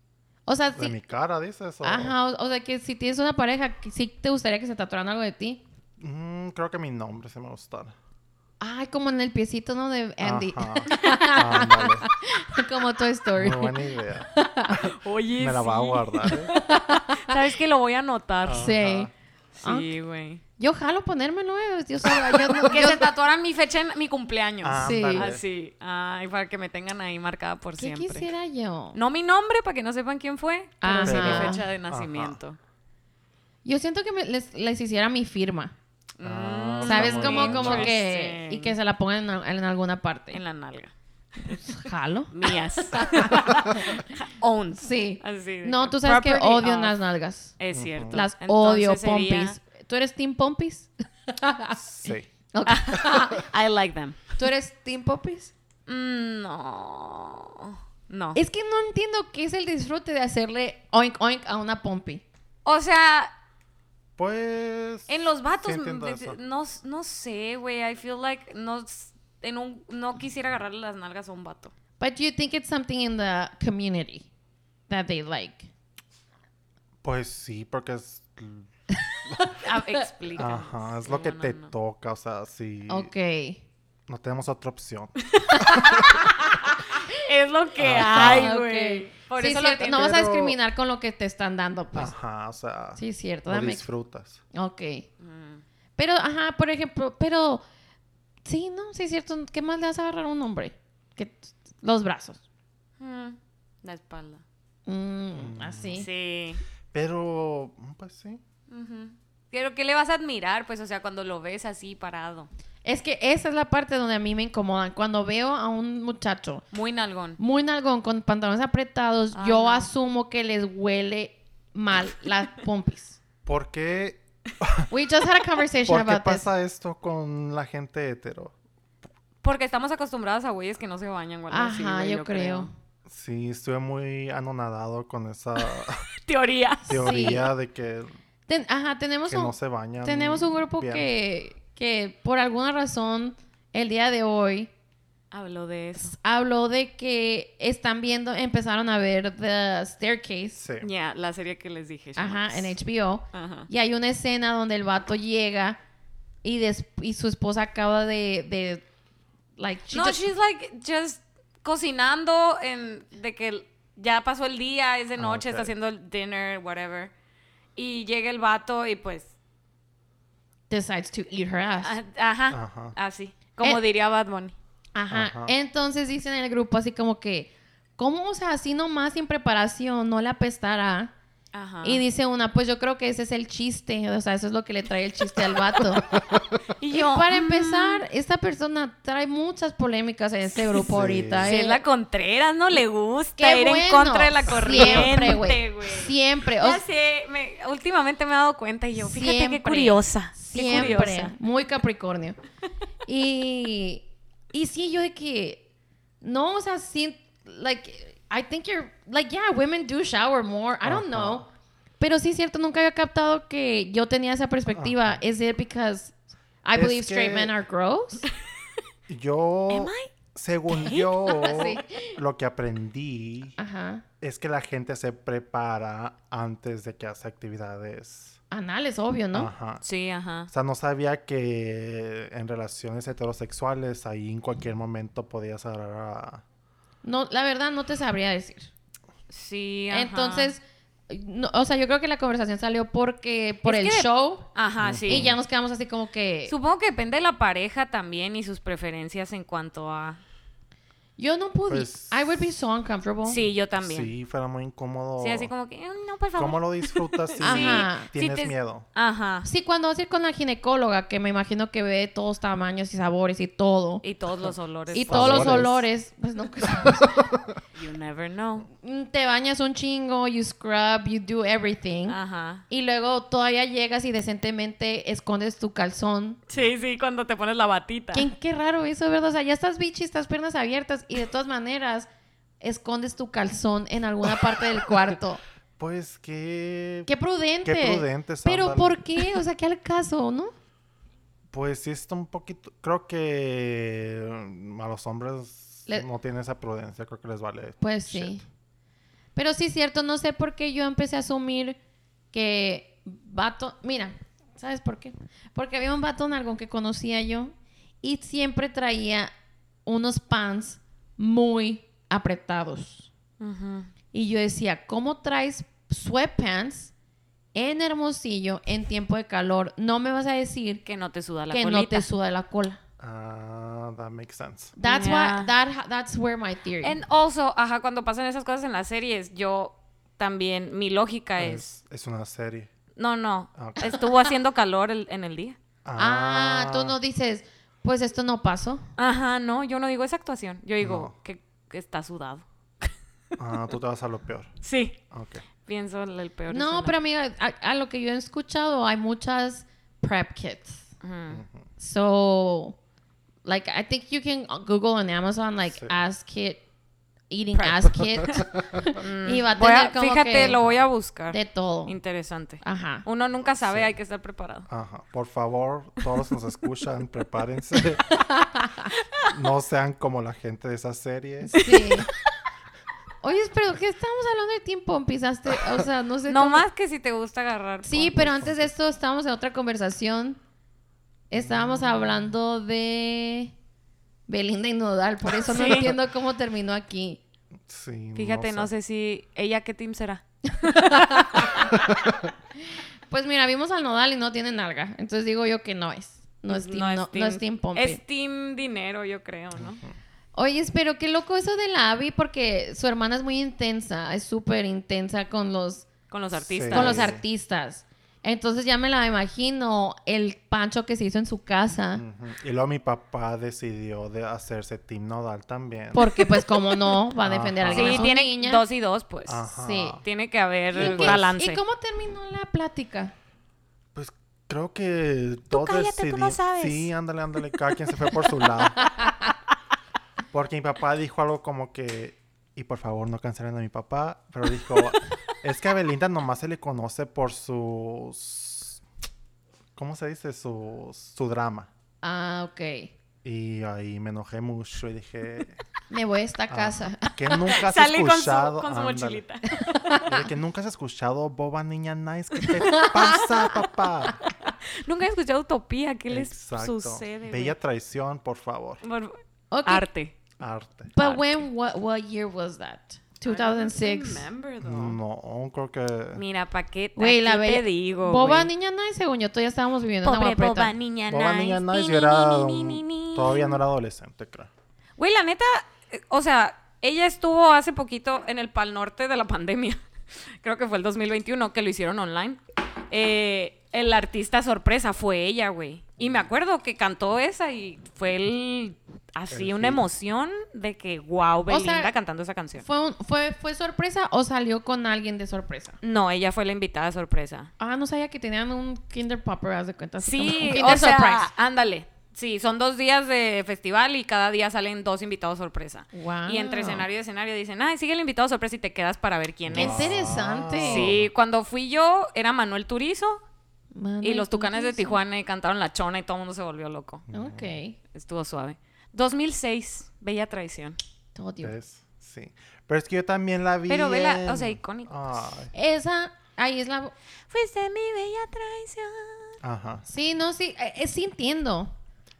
O sea,
de
si-
mi cara, dices. o-
Ajá, o, o sea, que si tienes una pareja, que sí te gustaría que se tatuaran algo de ti.
Mm, creo que mi nombre se me gustara.
Ay, como en el piecito, ¿no? De Andy.
Ajá. Ándale.
como Toy Story.
Muy buena idea.
Oye,
Me la va a
sí.
guardar. ¿eh?
Sabes que lo voy a anotar.
Ah.
Sí.
Sí, güey.
Yo jalo ponérmelo, eh. Yo sabrá, yo no-
Que
yo-
se tatuaran mi fecha en mi cumpleaños.
Ah,
Sí.
ándale.
Así. Ay, para que me tengan ahí marcada por
¿Qué
siempre.
quisiera yo?
No mi nombre, para que no sepan quién fue, pero sí mi
Ajá.
fecha de
Ajá.
nacimiento.
Yo siento que me- les, les hiciera mi firma.
Ah, está
¿Sabes?
muy
Como,
bien.
como que...
Interesting.
Y que se la pongan en, al- en alguna parte.
En la nalga.
¿Jalo?
Mías. Owns.
Sí.
Así de
No,
que
tú sabes que
property
odio
of.
las nalgas.
Es cierto.
Las
Entonces
odio,
sería-
pompis. ¿Tú eres team pompis?
Sí.
Ok.
I like them.
¿Tú eres team pompis?
Mm, No. No.
Es que no entiendo qué es el disfrute de hacerle oink oink a una pompi.
O sea,
Pues.
en los
sí
vatos, mm,
entiendo
de-
eso.
no, no sé, güey. I feel like no, s- en un, no quisiera agarrarle las nalgas a un vato.
But you think it's something in the community that they like.
Pues sí, porque es.
Ah, explícanos.
Ajá, es lo que
No, no,
te
no.
toca, o sea, sí.
Ok.
No tenemos otra opción.
Es lo que
Ajá.
hay,
Ok.
güey. Por
Sí,
eso
cierto,
lo
No vas a
pero-
discriminar con lo que te están dando, pues.
Ajá, o sea.
Sí, es cierto.
Lo
Dame.
disfrutas.
Ok.
Mm.
Pero, ajá, por ejemplo, pero... Sí, no, sí es cierto. ¿Qué más le vas a agarrar a un hombre? Que los brazos.
Mm, La espalda.
Mm, así.
Sí.
Pero. Pues sí.
Pero ¿qué le vas a admirar? Pues, o sea, cuando lo ves así parado.
Es que esa es la parte donde a mí me incomodan. Cuando veo a un muchacho
Muy nalgón.
muy nalgón con pantalones apretados,
Ah,
yo
no.
asumo que les huele mal las pompis.
¿Por qué,
We just had a conversation
¿por qué
about this.
pasa esto con la gente hetero?
Porque estamos acostumbrados a güeyes que no se bañan o algo así,
Ajá,
güey,
yo creo.
Sí, estuve muy anonadado con esa
Teoría.
teoría de que,
Ten- ajá, tenemos
que
un,
no se bañan.
tenemos un grupo
bien.
que, que por alguna razón el día de hoy
Habló de eso.
habló de que están viendo, empezaron a ver The Staircase.
Sí.
Ya, la serie que les dije.
Ajá,
chamacos.
en HBO.
Ajá.
Y hay una escena donde el vato llega y, des- y su esposa acaba de... de like, she
No,
just-
she's like just cocinando en, de que ya pasó el día, es de
Ah,
noche, está
ok.
haciendo el dinner, whatever. Y llega el vato y pues,
Decides to eat her ass.
a- ajá,
Ajá.
así. Como
Eh.
diría Bad Bunny.
Ajá.
Ajá.
Entonces dicen en el grupo así como que, ¿cómo, o sea, así nomás sin preparación no la apestará?
Ajá.
Y dice una, pues yo creo que ese es el chiste, o sea, eso es lo que le trae el chiste al vato.
Y
Y
yo,
para
mm,
empezar, esta persona trae muchas polémicas en este grupo
Sí.
ahorita.
si
¿eh?
es la Contreras, no le gusta
Qué
ir en
bueno.
contra de la
Siempre,
corriente,
güey.
güey.
Siempre. O
Ya sé, me- últimamente me he dado cuenta y yo, fíjate
Siempre.
qué curiosa. Qué
Siempre.
curiosa.
Muy Capricornio. Y, y sí, yo de que. No, o sea, sí. Like, I think you're. Like, yeah, women do shower more. I don't know. Pero sí, es cierto, nunca había captado que yo tenía esa perspectiva. Is it because I
Es
believe straight
que-
men are gross?
Yo,
Am I
según yo,
Sí. Ah.
lo que aprendí
Ajá.
es que la gente se prepara antes de que hace actividades.
Anal es obvio, ¿no?
Ajá.
Sí, ajá.
O sea, no sabía que en relaciones heterosexuales ahí en cualquier momento podías agarrar a...
No, la verdad no te sabría decir.
Sí, ajá.
Entonces, no, o sea, yo creo que la conversación salió porque por
Es
el
que-
show
Ajá, sí.
y ya nos quedamos así como que
Supongo que depende de la pareja también y sus preferencias en cuanto a...
yo no pude.
Pues-
I would be so uncomfortable.
Sí, yo también. Sí,
Sí, fuera muy incómodo.
así como que, "Eh, no, por favor.
¿Cómo lo disfrutas si
Ajá.
Sí,
tienes
te-
miedo?
Ajá.
Sí, cuando vas a ir con la ginecóloga, que me imagino que ve todos tamaños y sabores y todo. Y,
Y todos los olores.
todos los
Sabores.
olores, pues nunca sabes.
You never know.
Mm, Te bañas un chingo, you scrub, you do everything.
Ajá.
Y luego todavía llegas y decentemente escondes tu calzón.
Sí, sí, cuando te pones la batita.
¿Quién, qué raro eso, ¿verdad? O sea, ya estás bichi, estás piernas abiertas y de todas maneras escondes tu calzón en alguna parte del cuarto.
Pues que...
Qué prudente.
Qué prudente,
Pero
Sándalo.
¿por qué? O sea, ¿qué al caso, no?
Pues sí está un poquito... Creo que mm, a los hombres
Le-
no tienen esa prudencia. Creo que les vale.
Pues
shit.
sí. Pero sí es cierto, no sé por qué yo empecé a asumir que vato, mira, ¿sabes por qué? Porque había un vato algo que conocía yo y siempre traía unos pants muy apretados.
Ujú.
Y yo decía, ¿cómo traes sweatpants en Hermosillo en tiempo de calor? No me vas a decir
Que no te suda la
que
colita.
no te suda la cola.
Ah, that makes sense.
That's
Yeah.
why that that's where my theory.
And also, ajá, cuando pasan esas cosas en las series, yo también, mi lógica es...
Es, es una serie.
No, no.
Ah, ok.
Estuvo haciendo calor el- en el día.
ah, tú no dices, pues esto no pasó.
Ajá, no, yo no digo esa actuación. Yo digo
No.
que, que está sudado.
Ah, tú te vas a lo peor.
Sí.
Ok.
Pienso el el peor.
No, pero amiga, a, a lo que yo he escuchado hay muchas prep kits.
pero...
So, like I think you can Google on Amazon like
Sí.
ass kit, eating ass kit y va a
Voy
tener
a-
como
fíjate,
que
lo voy a buscar.
de todo.
Interesante.
Ajá.
Uno nunca sabe, hay que estar preparado.
Ajá. Por favor, todos los que nos escuchan, prepárense. No sean como la gente de esa serie.
Sí. Oye, pero que estamos hablando de tiempo, empezaste, o sea, no sé
No
cómo-
más que si te gusta agarrar.
Sí, pero antes de esto estábamos en otra conversación.
Mm.
Estábamos hablando de Belinda y Nodal, por eso no
Sí.
entiendo cómo terminó aquí.
Sí,
Fíjate, no sé si ella qué team será.
Pues mira, vimos al Nodal y no tiene nalga, entonces digo yo que no es. No es Team, no, no es team Pompi.
Es team dinero, yo creo, ¿no?
Oye, pero qué loco eso de la Abby, porque su hermana es muy intensa, es súper intensa con los,
Con los artistas.
Sí.
con los
Sí.
artistas. Entonces ya me la imagino el pancho que se hizo en su casa.
Ujú. Y luego mi papá decidió de hacerse Team Nodal también.
Porque pues como no va a defender a
Ajá.
alguien. a
Sí,
su
tiene
niña.
dos y dos, pues.
Ajá.
sí.
Tiene que haber
¿Y, qué-
balance.
y cómo terminó la plática?
Pues creo que todos
cállate, tú no
decidi-
sabes.
Sí, ándale, ándale. Cada quien se fue por su lado. Porque mi papá dijo algo como que... Y por favor, no cancelen a mi papá. Pero dijo... es que a Belinda nomás se le conoce por sus... ¿Cómo se dice? Su, su drama.
Ah, ok.
Y ahí me enojé mucho y dije...
Me voy a esta
Ah.
casa.
Que nunca has
Sale con su,
escuchado...
con su
Ándale.
mochilita.
Y de que nunca has escuchado Boba Niña Nice. ¿Qué te pasa, papá?
Nunca he escuchado Utopía. ¿Qué les
Exacto.
sucede? güey?
Bella traición, por favor.
Por-
Ok,
Arte.
arte.
But when what what year was that? 2006.
Remember, though.
No, creo que.
Mira, pa' qué, pa'
Güey,
qué
la
te
bella.
digo,
Boba
güey?
niña nice, según yo, todavía estábamos viviendo en
Pobre
Agua Prieta.
boba niña
Boba
nice.
Niña Nice
Ni,
yo era
ni, ni,
un-
ni, ni, ni.
Todavía no era adolescente, creo.
Güey, la neta, eh, o sea, ella estuvo hace poquito en el Pal Norte de la pandemia. Creo que fue el 2021 que lo hicieron online. Eh, el artista sorpresa fue ella, güey. Y me acuerdo que cantó esa y fue el, así
El
una
hit.
emoción de que, wow,
sea,
Belinda cantando esa canción.
¿Fue, un- fue, ¿Fue sorpresa o salió con alguien de sorpresa?
No, ella fue la invitada sorpresa.
Ah, no sabía que tenían un Kinder Popper, haz de cuenta. así como un
Sí,
Kinder
o sea,
Surprise.
ándale. Sí, son dos días de festival y cada día salen dos invitados sorpresa.
Wow.
Y entre escenario y escenario dicen, ay, sigue el invitado sorpresa y te quedas para ver quién
Qué
es.
interesante.
Sí, cuando fui yo era Manuel Turizo
Mano,
y los Tucanes de
entonces-
Tijuana y cantaron La Chona y todo el mundo se volvió loco.
Ok.
Estuvo suave. 2006, Bella Traición.
Todo tío.
¿Ves? Sí. Pero es que yo también la vi.
Pero vela, o
en-
sea, icónico,
Ay,
Esa, ahí es la...
Fuiste mi bella traición.
ajá.
Sí, no, sí, eh, eh, sí entiendo.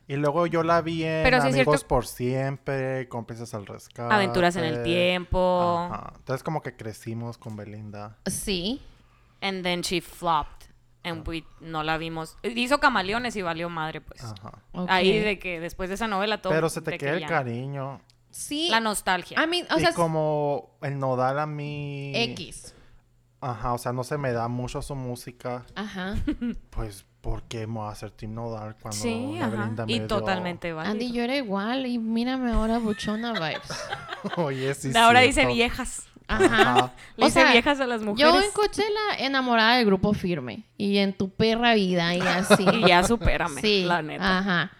Y luego yo la vi en
Pero sí es
Amigos
cierto-
por Siempre, Cómplices al Rescate.
Aventuras en el Tiempo.
Ah, Ajá. Entonces, como que crecimos con Belinda.
Sí.
And then she flopped. And we no la vimos. Hizo camaleones y valió madre, pues.
Ajá.
ok.
Ahí de que después de esa novela todo.
Pero se te
de que
queda el
ya no.
cariño.
Sí.
La nostalgia.
I mean, o
y
sea,
como el nodal a mí.
X.
Ajá, o sea, no se me da mucho su música.
Ajá.
Pues, ¿por qué me voy a hacer Team Nodal cuando
sí,
la
ajá.
Belinda Ah, me
Y
dio-
totalmente válido.
Andy, yo era igual y mírame ahora buchona vibes.
Oye, sí.
De ahora dice
cierto.
viejas.
Ajá.
Le
O
dice
sea,
viejas a las Ah, mujeres.
Yo en Coachella enamorada del grupo firme y en tu perra vida y así.
Y ya supérame,
sí,
la neta.
Ajá.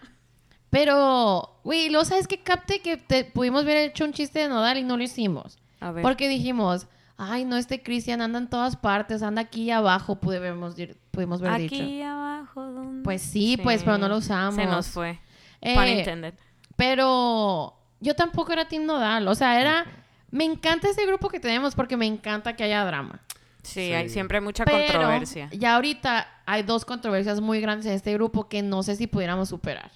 Pero, güey, ¿lo sabes que capte que te pudimos haber hecho un chiste de Nodal y no lo hicimos?
A ver.
Ah, Porque dijimos, ay, no, este Cristian anda en todas partes, anda aquí y abajo, pudimos, dir- pudimos haber
Aquí
dicho.
abajo. ¿dónde?
Pues sí, pues, pero no lo usamos.
Se nos fue.
Eh,
Para entender.
pero yo tampoco era Team Nodal, o sea, era... Me encanta este grupo que tenemos porque me encanta que haya drama.
Sí,
sí.
Hay, siempre hay mucha
Pero
controversia.
ya ahorita hay dos controversias muy grandes en este grupo que no sé si pudiéramos superar.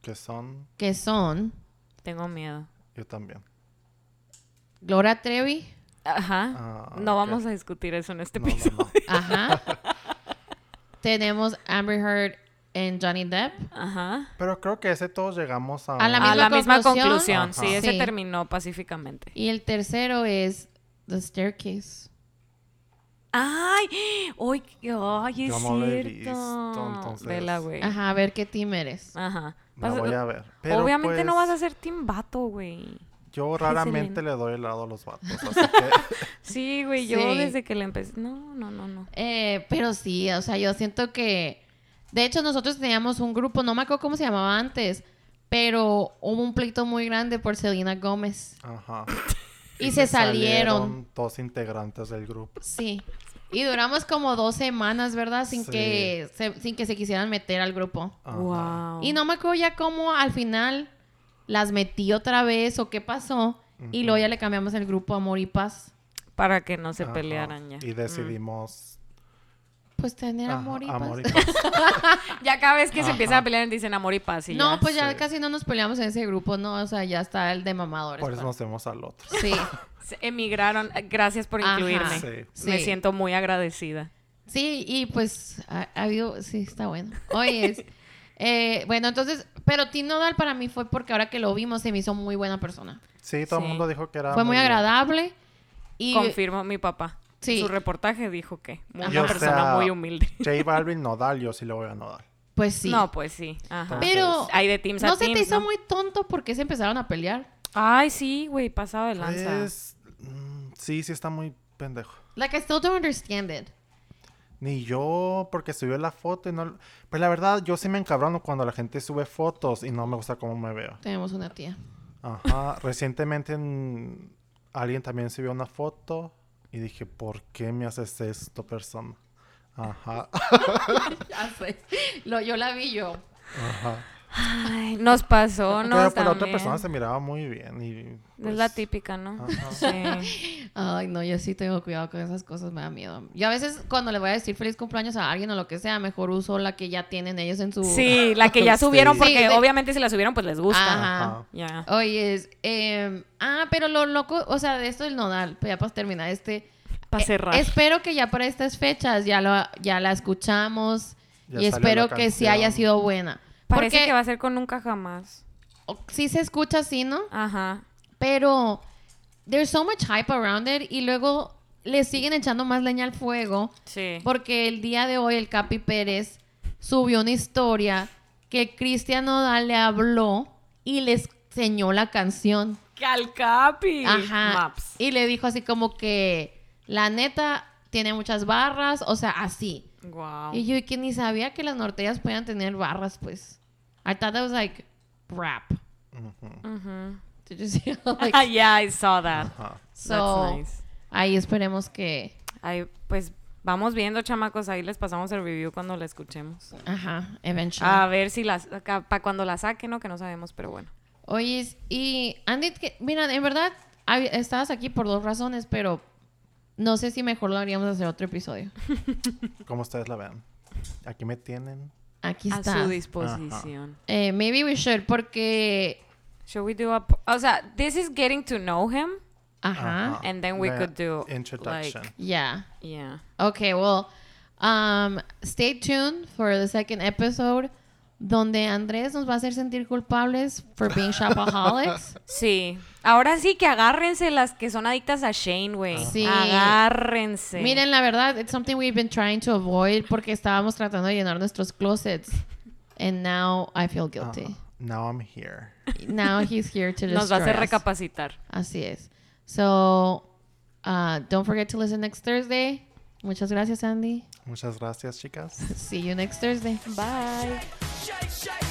Que son.
Que son
Tengo miedo.
Yo también.
Gloria Trevi,
Ajá.
Ah,
no
ok.
vamos a discutir eso en este
No, no, no.
episodio.
ajá. Tenemos Amber Heard en Johnny Depp.
Ajá.
Pero creo que ese todos llegamos a.
A la
A la misma conclusión.
conclusión.
Sí,
Ajá.
ese
Sí.
terminó pacíficamente.
Y el tercero es The Staircase.
Ay, hoy, ay, es
Yo no lo he visto,
cierto.
entonces.
Vela, güey. Ajá.
Ajá, a ver qué team eres.
La
Vas-
voy a ver. Pero
Obviamente no
pues,
vas a ser timbato, güey.
Yo
Excelente.
raramente le doy el lado a los vatos. Así que.
Sí, güey, yo
Sí.
desde que la empecé. No, no, no, no.
Eh, pero sí, o sea, yo siento que... De hecho, nosotros teníamos un grupo, no me acuerdo cómo se llamaba antes, pero hubo un pleito muy grande por Selena Gómez.
Ajá.
Y se salieron.
Dos integrantes del grupo.
Sí. Y duramos como dos semanas, ¿verdad? Sin,
Sí.
que, se, sin que se quisieran meter al grupo.
Ajá.
Wow.
Y no me acuerdo ya cómo al final las metí otra vez o qué pasó. Y luego ya le cambiamos el grupo a Amor y Paz.
Para que no se
Ajá.
pelearan ya.
Ah,
Mm.
Y decidimos.
Pues tener
Ajá,
Amor y Paz.
amor y paz.
Mm. Ya cada vez que se
Ajá.
empiezan a pelear dicen amor y paz. y
no,
ya.
pues ya
Sí.
casi no nos peleamos en ese grupo, no. O sea, ya está el de mamadores.
Por eso
pues.
nos vemos al otro.
Sí,
Se emigraron. Gracias por
Ajá.
incluirme.
Sí.
Me
Sí.
siento muy agradecida.
sí, y pues ha, ha habido, sí, está bueno. Oye, es- eh, bueno, entonces, pero Tim Nodal para mí fue porque ahora que lo vimos se me hizo muy buena persona.
Sí, todo
Sí.
el mundo dijo que era.
fue muy
Ah, bien.
agradable. Y
Confirmó mi papá.
Sí.
Su reportaje dijo que una
Y, o
persona
sea,
muy humilde.
J Balvin Nodal, yo sí le voy a Nodal.
pues sí.
No, pues sí. Ajá.
pero
Hay de teams a
no se
teams,
te hizo
¿no?
muy tonto porque se empezaron a pelear.
Ay, sí, güey, pasado de lanza.
Pues, mm, sí, sí está muy pendejo.
Like I still don't understand it.
Ni yo, porque subió la foto y no... Pero la verdad, yo sí me encabrono cuando la gente sube fotos y no me gusta cómo me veo.
Tenemos una tía.
Ajá. Recientemente en- alguien también subió una foto y dije, ¿por qué me haces esto, persona? Ajá,
Ya sé. Lo, yo la vi yo.
ajá.
Ay, nos pasó,
Pero
¿no?
pues, la otra persona se miraba muy bien y...
Es
pues,
la típica, ¿no?
ajá.
Sí.
Ay, no, yo sí tengo cuidado con esas cosas, me da miedo. Yo a veces cuando le voy a decir feliz cumpleaños a alguien o lo que sea, mejor uso la que ya tienen ellos en su...
Sí, la que ya subieron,
Pues, Sí.
porque
Sí, de-
obviamente si la subieron, pues les gusta.
Ajá.
Ajá.
Ya.
Oye, es, em, ah, pero lo loco, o sea, de esto del nodal, pues ya para terminar este...
Para
eh,
cerrar.
espero que ya para estas fechas ya, lo, ya la escuchamos
Ya
y
salió
espero
la
que sí
canción.
haya sido buena.
Parece
porque
que va a ser con nunca jamás.
o- sí se escucha así, ¿no?
Ajá.
Pero there's so much hype around it y luego le siguen echando más leña al fuego
Sí.
porque el día de hoy el Capi Pérez subió una historia que Cristian Nodal le habló y le enseñó la canción.
Calcapi.
Ajá.
Maps.
Y le dijo así como que la neta tiene muchas barras, o sea, así.
Wow.
Y yo y que ni sabía que las norteñas podían tener barras, pues. I thought that was like rap.
Ujú,
Did you see? Like,
yeah, I saw that.
ajá.
so,
That's nice.
ahí esperemos que
Ahí, pues vamos viendo, chamacos. Ahí les pasamos el review cuando la escuchemos.
Ajá, eventually.
A ver si las. Para cuando la saquen, ¿no? Que no sabemos, pero bueno.
Oyes, y Andy, que, mira, en verdad hab- estabas aquí por dos razones, pero no sé si mejor lo haríamos hacer otro episodio.
Como ustedes la vean. Aquí me tienen.
Aquí
A
está.
su disposición.
Eh, maybe we should, porque.
Should we do a. po- O sea, this is getting to know him.
Ajá.
And then we
The
could do,
Introduction.
like-
Yeah.
Yeah.
Okay, well, um, stay tuned for the second episode donde Andrés nos va a hacer sentir culpables for being shopaholics.
Sí. Ahora sí que agárrense las que son adictas a Shane, güey.
Sí.
Agárrense.
Miren, la verdad, it's something we've been trying to avoid porque estábamos tratando de llenar nuestros closets. And now I feel guilty.
Ajá. Now I'm here.
Now he's here to destroy
Nos va a hacer
us.
recapacitar.
Así es. So, uh, don't forget to listen next Thursday. Muchas gracias, Andy.
Muchas gracias, chicas.
See you next Thursday.
Bye.
shake, shake.